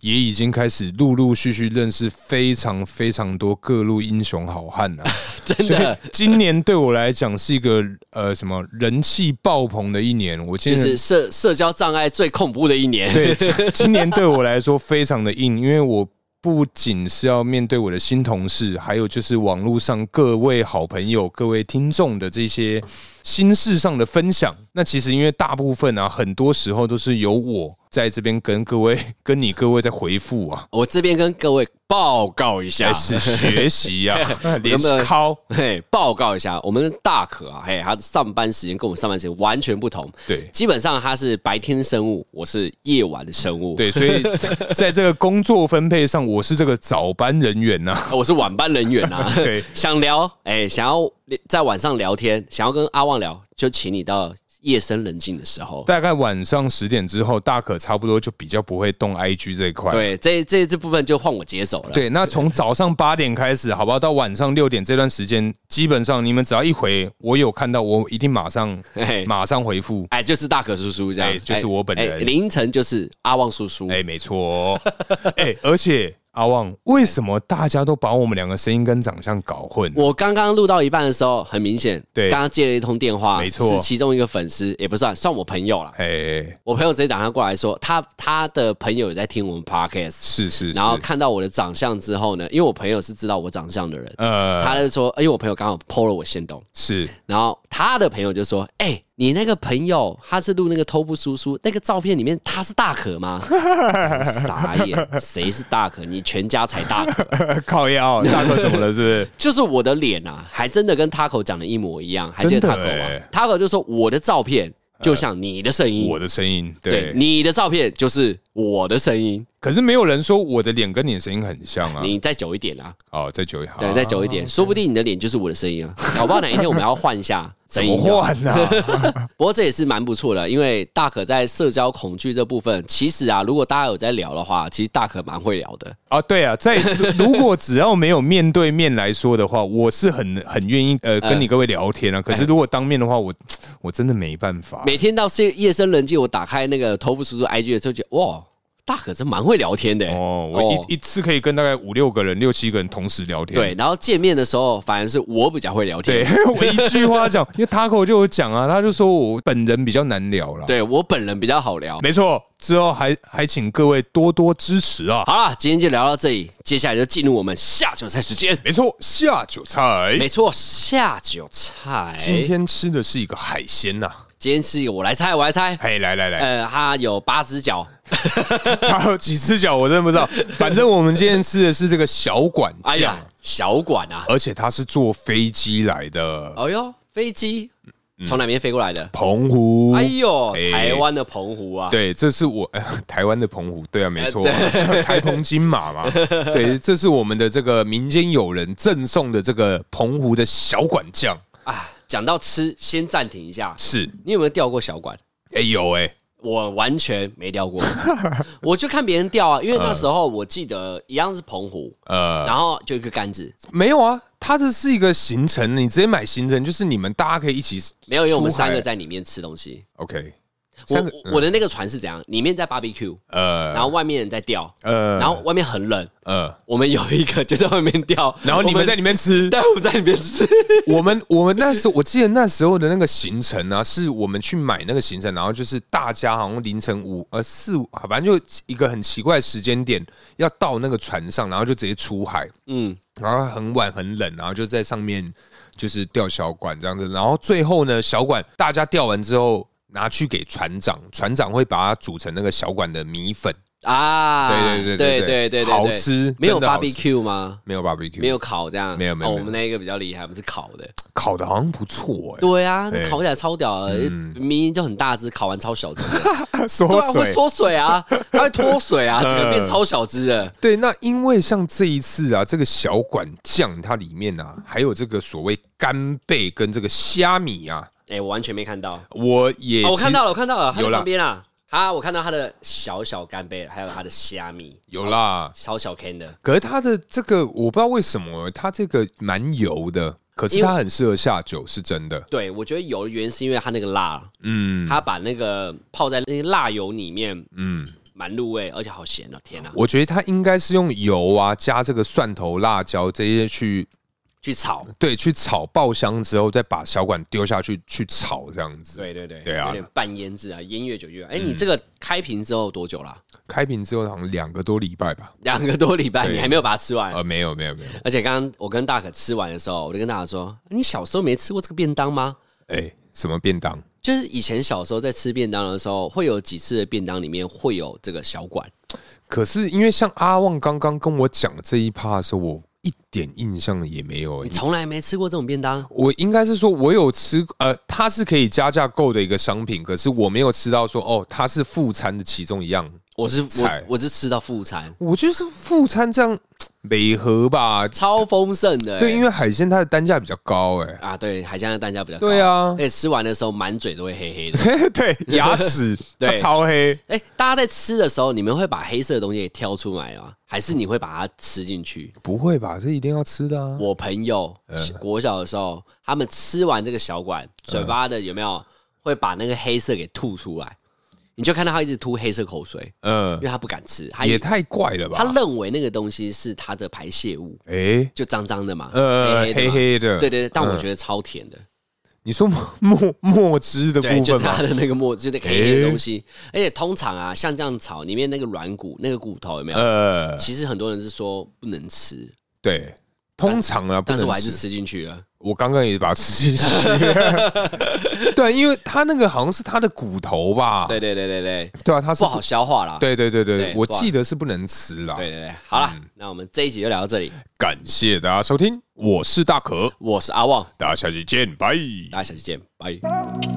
[SPEAKER 2] 也已经开始陆陆续续认识非常非常多各路英雄好汉啊了、
[SPEAKER 1] 真
[SPEAKER 2] 所以
[SPEAKER 1] 的
[SPEAKER 2] 今年对我来讲是一个呃什么人气爆棚的一年，我今
[SPEAKER 1] 就是
[SPEAKER 2] 年
[SPEAKER 1] 社社交障碍最恐怖的一年。
[SPEAKER 2] 对今今年对我来说非常的硬，因为我。不仅是要面对我的新同事，还有就是网络上各位好朋友、各位听众的这些心事上的分享。那其实因为大部分啊，很多时候都是由我在这边跟各位、跟你各位在回复
[SPEAKER 1] [laughs]
[SPEAKER 2] 啊，
[SPEAKER 1] 我这边跟各位报告一下
[SPEAKER 2] 还，是学习
[SPEAKER 1] [laughs]
[SPEAKER 2] 啊，连
[SPEAKER 1] 啊有没有
[SPEAKER 2] 考
[SPEAKER 1] 嘿，报告一下，我们的大可啊，嘿，他的上班时间跟我们上班时间完全不同。
[SPEAKER 2] 对
[SPEAKER 1] 基本上他是白天生物，我是夜晚的生物。，
[SPEAKER 2] 对，所以在这个工作分配上，我是这个早班人员啊呐、
[SPEAKER 1] 啊我是晚班人员啊。
[SPEAKER 2] [laughs] 对
[SPEAKER 1] 想聊，哎、想要在晚上聊天，想要跟阿旺聊，就请你到夜深人静的时候。
[SPEAKER 2] [laughs] 大概晚上十点之后，大可差不多就比较不会动 IG 这一块。
[SPEAKER 1] 对，这这这部分就换我接手了。
[SPEAKER 2] 对，那从早上八点开始，好不好？到晚上六点这段时间，基本上你们只要一回，我有看到，我一定马 [laughs] 上
[SPEAKER 1] 嘿
[SPEAKER 2] 马上回 [laughs] 复。
[SPEAKER 1] 哎，就是大可叔叔这样，
[SPEAKER 2] 哎就是我本人
[SPEAKER 1] 哎凌晨就是阿旺叔叔，
[SPEAKER 2] 哎、没错、哦， [laughs] 哎、而且阿旺，为什么大家都把我们两个声音跟长相搞混？
[SPEAKER 1] 我刚刚录到一半的时候，很明显，
[SPEAKER 2] 对
[SPEAKER 1] 刚刚接了一通电话，
[SPEAKER 2] 没错
[SPEAKER 1] 是其中一个粉丝，也不算算我朋友啦。
[SPEAKER 2] 哎、
[SPEAKER 1] 我朋友直接打电话过来说，他他的朋友也在听我们 podcast，
[SPEAKER 2] 是是是，
[SPEAKER 1] 然后看到我的长相之后呢，因为我朋友是知道我长相的人，
[SPEAKER 2] 呃，
[SPEAKER 1] 他就说，因为我朋友刚好 PO 了我先动，
[SPEAKER 2] 是
[SPEAKER 1] 然后他的朋友就说，哎、你那个朋友他是录那个偷步叔叔那个照片里面他是大可吗？ [laughs] 傻眼，谁是大可？你全家才大可。 [laughs]
[SPEAKER 2] 呃 [laughs] 靠 [laughs] 腰，大可怎么了？是不是？
[SPEAKER 1] 就是我的脸啊，还真的跟 Taco 讲的一模一样，还记得
[SPEAKER 2] 真
[SPEAKER 1] Taco
[SPEAKER 2] 的
[SPEAKER 1] 吗、
[SPEAKER 2] 欸
[SPEAKER 1] t a c o 就说我的照片就像你的声音，
[SPEAKER 2] 我的声音，
[SPEAKER 1] 对
[SPEAKER 2] 对，
[SPEAKER 1] 你的照片就是我的声音。
[SPEAKER 2] 可是没有人说我的脸跟你的声音很像啊。
[SPEAKER 1] 你再久一点啊，
[SPEAKER 2] 哦，再久一好，
[SPEAKER 1] 对，再久一点，说不定你的脸就是我的声音
[SPEAKER 2] [laughs]
[SPEAKER 1] 啊，搞不好哪一天我们要换一下
[SPEAKER 2] 啊怎
[SPEAKER 1] 声
[SPEAKER 2] 么
[SPEAKER 1] 音。
[SPEAKER 2] 换啊呢、
[SPEAKER 1] [laughs] 不过这也是蛮不错的，因为大可在社交恐惧这部分，其实啊，如果大家有在聊的话，其实大可蛮会聊的。
[SPEAKER 2] 啊，对啊，在如果只要没有面对面来说的话，我是很很愿意
[SPEAKER 1] 嗯
[SPEAKER 2] 呃跟你各位聊天啊。可是如果当面的话，我我真的没办法。
[SPEAKER 1] 每天到夜夜深人静，我打开那个头部叔叔 IG 的时候，觉得哇，大可真蛮会聊天的欸、
[SPEAKER 2] 哦，我一、
[SPEAKER 1] 哦
[SPEAKER 2] 一次可以跟大概五六个人、六七个人同时聊天。
[SPEAKER 1] 对，然后见面的时候，反而是我比较会聊天。
[SPEAKER 2] 对， [laughs] 我一句话讲，因为 Taco 就有讲啊，他就说我本人比较难聊啦。
[SPEAKER 1] 对我本人比较好聊。
[SPEAKER 2] 没错，之后还还请各位多多支持啊。
[SPEAKER 1] 好了，今天就聊到这里，接下来就进入我们下酒菜时间。
[SPEAKER 2] 没错，下酒菜。
[SPEAKER 1] 没错，下酒菜。
[SPEAKER 2] 今天吃的是一个海鲜呐、
[SPEAKER 1] 今天是我来猜，我来猜。
[SPEAKER 2] 嘿，来来来，
[SPEAKER 1] 呃，它有八只脚，
[SPEAKER 2] 它有几只脚我真的
[SPEAKER 1] [laughs]
[SPEAKER 2] 不知道。反正我们今天吃的是这个小管
[SPEAKER 1] 哎
[SPEAKER 2] 酱，
[SPEAKER 1] 呀，小管啊，
[SPEAKER 2] 而且它是坐飞机来的，
[SPEAKER 1] 哎呦，飞机从哪边飞过来的？
[SPEAKER 2] 澎湖。
[SPEAKER 1] 哎呦，
[SPEAKER 2] 嗯哎
[SPEAKER 1] 台湾的澎湖啊，
[SPEAKER 2] 对，这是我、 [laughs] 哎台湾的澎湖，对啊，没错，
[SPEAKER 1] 呃
[SPEAKER 2] [laughs] 台澎金
[SPEAKER 1] [laughs]
[SPEAKER 2] 马嘛。对，这是我们的这个民间友人赠送的这个澎湖的小管酱，
[SPEAKER 1] 啊，讲到吃，先暂停一下，
[SPEAKER 2] 是，
[SPEAKER 1] 你有没有钓过小管？
[SPEAKER 2] 哎、有哎、
[SPEAKER 1] 我完全没钓
[SPEAKER 2] [laughs]
[SPEAKER 1] 过，我就看别人钓啊，因为那时
[SPEAKER 2] 嗯
[SPEAKER 1] 候我记得一样是澎湖，
[SPEAKER 2] 呃，
[SPEAKER 1] 然后就一个杆子，
[SPEAKER 2] 没有啊，它这是一个行程，你直接买行程，就是你们大家可以一起
[SPEAKER 1] 没有，因为我们
[SPEAKER 2] 出海
[SPEAKER 1] 三个在里面吃东西。
[SPEAKER 2] OK，
[SPEAKER 1] 我
[SPEAKER 2] 三个
[SPEAKER 1] 我我的那个船是怎样？里面在 barbecue，
[SPEAKER 2] 呃
[SPEAKER 1] 然后外面人在钓，
[SPEAKER 2] 呃，
[SPEAKER 1] 然后外面很冷，
[SPEAKER 2] 呃，
[SPEAKER 1] 我们有一个就在外面钓，
[SPEAKER 2] [laughs] 然后你
[SPEAKER 1] 我
[SPEAKER 2] 们在里面吃。
[SPEAKER 1] 对，我们在里面
[SPEAKER 2] [laughs]
[SPEAKER 1] 吃。
[SPEAKER 2] 我们我们那时候我记得那时候的那个行程啊，是我们去买那个行程，然后就是大家好像凌晨五呃四五，反正就一个很奇怪的时间点要到那个船上，然后就直接出海，
[SPEAKER 1] 嗯，
[SPEAKER 2] 然后很晚很冷，然后就在上面就是钓小管这样子，然后最后呢，小管大家钓完之后拿去给船长，船长会把它煮成那个小管的米粉，
[SPEAKER 1] 啊，
[SPEAKER 2] 对
[SPEAKER 1] 对
[SPEAKER 2] 对对
[SPEAKER 1] 对对对，
[SPEAKER 2] 对好吃
[SPEAKER 1] 没有
[SPEAKER 2] 真的好吃
[SPEAKER 1] barbecue 吗？
[SPEAKER 2] 没有 barbecue，
[SPEAKER 1] 没有烤这样，
[SPEAKER 2] 没有没有
[SPEAKER 1] 哦
[SPEAKER 2] 没
[SPEAKER 1] 我
[SPEAKER 2] 有
[SPEAKER 1] 们那一个比较厉害，我们是烤的。
[SPEAKER 2] 烤的好像不错 [laughs] 哎、
[SPEAKER 1] 对啊，那
[SPEAKER 2] 对嗯
[SPEAKER 1] 烤起来超屌的，明明就很大只，烤完超
[SPEAKER 2] [laughs]
[SPEAKER 1] 小只的，对
[SPEAKER 2] 缩
[SPEAKER 1] 啊，会缩水
[SPEAKER 2] [laughs]
[SPEAKER 1] 啊，它会脱水
[SPEAKER 2] 嗯
[SPEAKER 1] 啊，整个变超小只的。
[SPEAKER 2] 对，那因为像这一次啊，这个小管酱它里面
[SPEAKER 1] 嗯
[SPEAKER 2] 啊，还有这个所谓干贝跟这个虾米啊，
[SPEAKER 1] 哎，我完全没看到。
[SPEAKER 2] 我也、
[SPEAKER 1] 哦，我看到了，我看到了，它在
[SPEAKER 2] 有啦
[SPEAKER 1] 旁边啊，它我看到它的小小干贝，还有它的虾米，
[SPEAKER 2] 有啦，
[SPEAKER 1] 小小 can 的，
[SPEAKER 2] 可是它的这个我不知道为什么它这个蛮油的，可是
[SPEAKER 1] 因为
[SPEAKER 2] 它很适合下酒，是真的。
[SPEAKER 1] 对我觉得有的原因是因为它那个辣，
[SPEAKER 2] 嗯
[SPEAKER 1] 它把那个泡在那个辣油里面，
[SPEAKER 2] 嗯，
[SPEAKER 1] 蛮入味，而且好咸哦，天哪！
[SPEAKER 2] 我觉得它应该是用油啊加这个蒜头、辣椒这些去
[SPEAKER 1] 去炒，
[SPEAKER 2] 对去炒爆香之后，再把小管丢下去去炒这样子。
[SPEAKER 1] 对对对，
[SPEAKER 2] 对啊
[SPEAKER 1] 有点半腌制啊，腌越久越好。哎，你这个开瓶之后多久啦？
[SPEAKER 2] 开瓶之后好像两个多礼拜吧。
[SPEAKER 1] 两个多礼拜，
[SPEAKER 2] 嗯对
[SPEAKER 1] 你还没有把它吃完。
[SPEAKER 2] 呃，没有没有没有，
[SPEAKER 1] 而且刚刚我啊跟大可吃完的时候，我就跟大可说：“你小时候没吃过这个便当吗？
[SPEAKER 2] 哎、什么便当？
[SPEAKER 1] 就是以前小时候在吃便当的时候，会有几次的便当里面会有这个小馆，
[SPEAKER 2] 可是因为像阿旺刚刚跟我讲这一趴的时候，我一点印象也没有、欸
[SPEAKER 1] 你从来没吃过这种便当，
[SPEAKER 2] 我应该是说，我有吃，呃，它是可以加价购的一个商品，可是我没有吃到说，哦，它是副餐的其中一样。
[SPEAKER 1] 我是
[SPEAKER 2] 菜
[SPEAKER 1] 我我是吃到副餐，
[SPEAKER 2] 我就是副餐这样美合吧，
[SPEAKER 1] 超丰盛的、欸
[SPEAKER 2] 对，因为海鲜它的单价比较高、哎，
[SPEAKER 1] 啊，对，海鲜的单价比较高。
[SPEAKER 2] 对啊
[SPEAKER 1] 而，且吃完的时候满嘴都会黑黑的。
[SPEAKER 2] [laughs] 对，牙齿
[SPEAKER 1] [laughs] 对
[SPEAKER 2] 它超黑，
[SPEAKER 1] 哎、大家在吃的时候，你们会把黑色的东西给挑出来吗？还是你会把它吃进去？
[SPEAKER 2] 不会吧？这一定要吃的啊！
[SPEAKER 1] 我朋友国小的时候，他们吃完这个小管，嘴巴的有没有会把那个黑色给吐出来？你就看到他一直吐黑色口水，
[SPEAKER 2] 嗯
[SPEAKER 1] 因为，他不敢吃，他
[SPEAKER 2] 也太怪了
[SPEAKER 1] 他
[SPEAKER 2] 吧？
[SPEAKER 1] 认为那个东西是他的排泄物，
[SPEAKER 2] 哎、
[SPEAKER 1] 就脏脏的嘛，
[SPEAKER 2] 呃，
[SPEAKER 1] 黑
[SPEAKER 2] 黑
[SPEAKER 1] 黑的
[SPEAKER 2] 黑的，嗯
[SPEAKER 1] 嘛。对对对，但我觉得超甜的，
[SPEAKER 2] 你说墨 [laughs] 墨墨汁的
[SPEAKER 1] 对，
[SPEAKER 2] 部
[SPEAKER 1] 就
[SPEAKER 2] 分
[SPEAKER 1] 是它
[SPEAKER 2] 吗？
[SPEAKER 1] 的那个墨，就是那个黑黑的东西。而且通常啊，像这样炒里面那个软骨、那个骨头有没有？
[SPEAKER 2] 呃，
[SPEAKER 1] 其实很多人是说不能吃，
[SPEAKER 2] 对，通常啊，不
[SPEAKER 1] 但是
[SPEAKER 2] 能
[SPEAKER 1] 我还是
[SPEAKER 2] 吃
[SPEAKER 1] 吃进去了。
[SPEAKER 2] 我刚刚也把它吃进去。 [laughs] 对，啊因为它那个好像是它的骨头吧？
[SPEAKER 1] 对对对对对，
[SPEAKER 2] 对啊，它是
[SPEAKER 1] 不好。消化啦。
[SPEAKER 2] 对对对对，
[SPEAKER 1] 对
[SPEAKER 2] 我
[SPEAKER 1] 不好
[SPEAKER 2] 记得是不能吃啦。
[SPEAKER 1] 对对对，好
[SPEAKER 2] 嗯
[SPEAKER 1] 了，那我们这一集就聊到这里。
[SPEAKER 2] 感谢大家收听，我是大可，
[SPEAKER 1] 我是阿旺，
[SPEAKER 2] 大家下期见，拜。
[SPEAKER 1] 大家下期见，拜。
[SPEAKER 3] Thank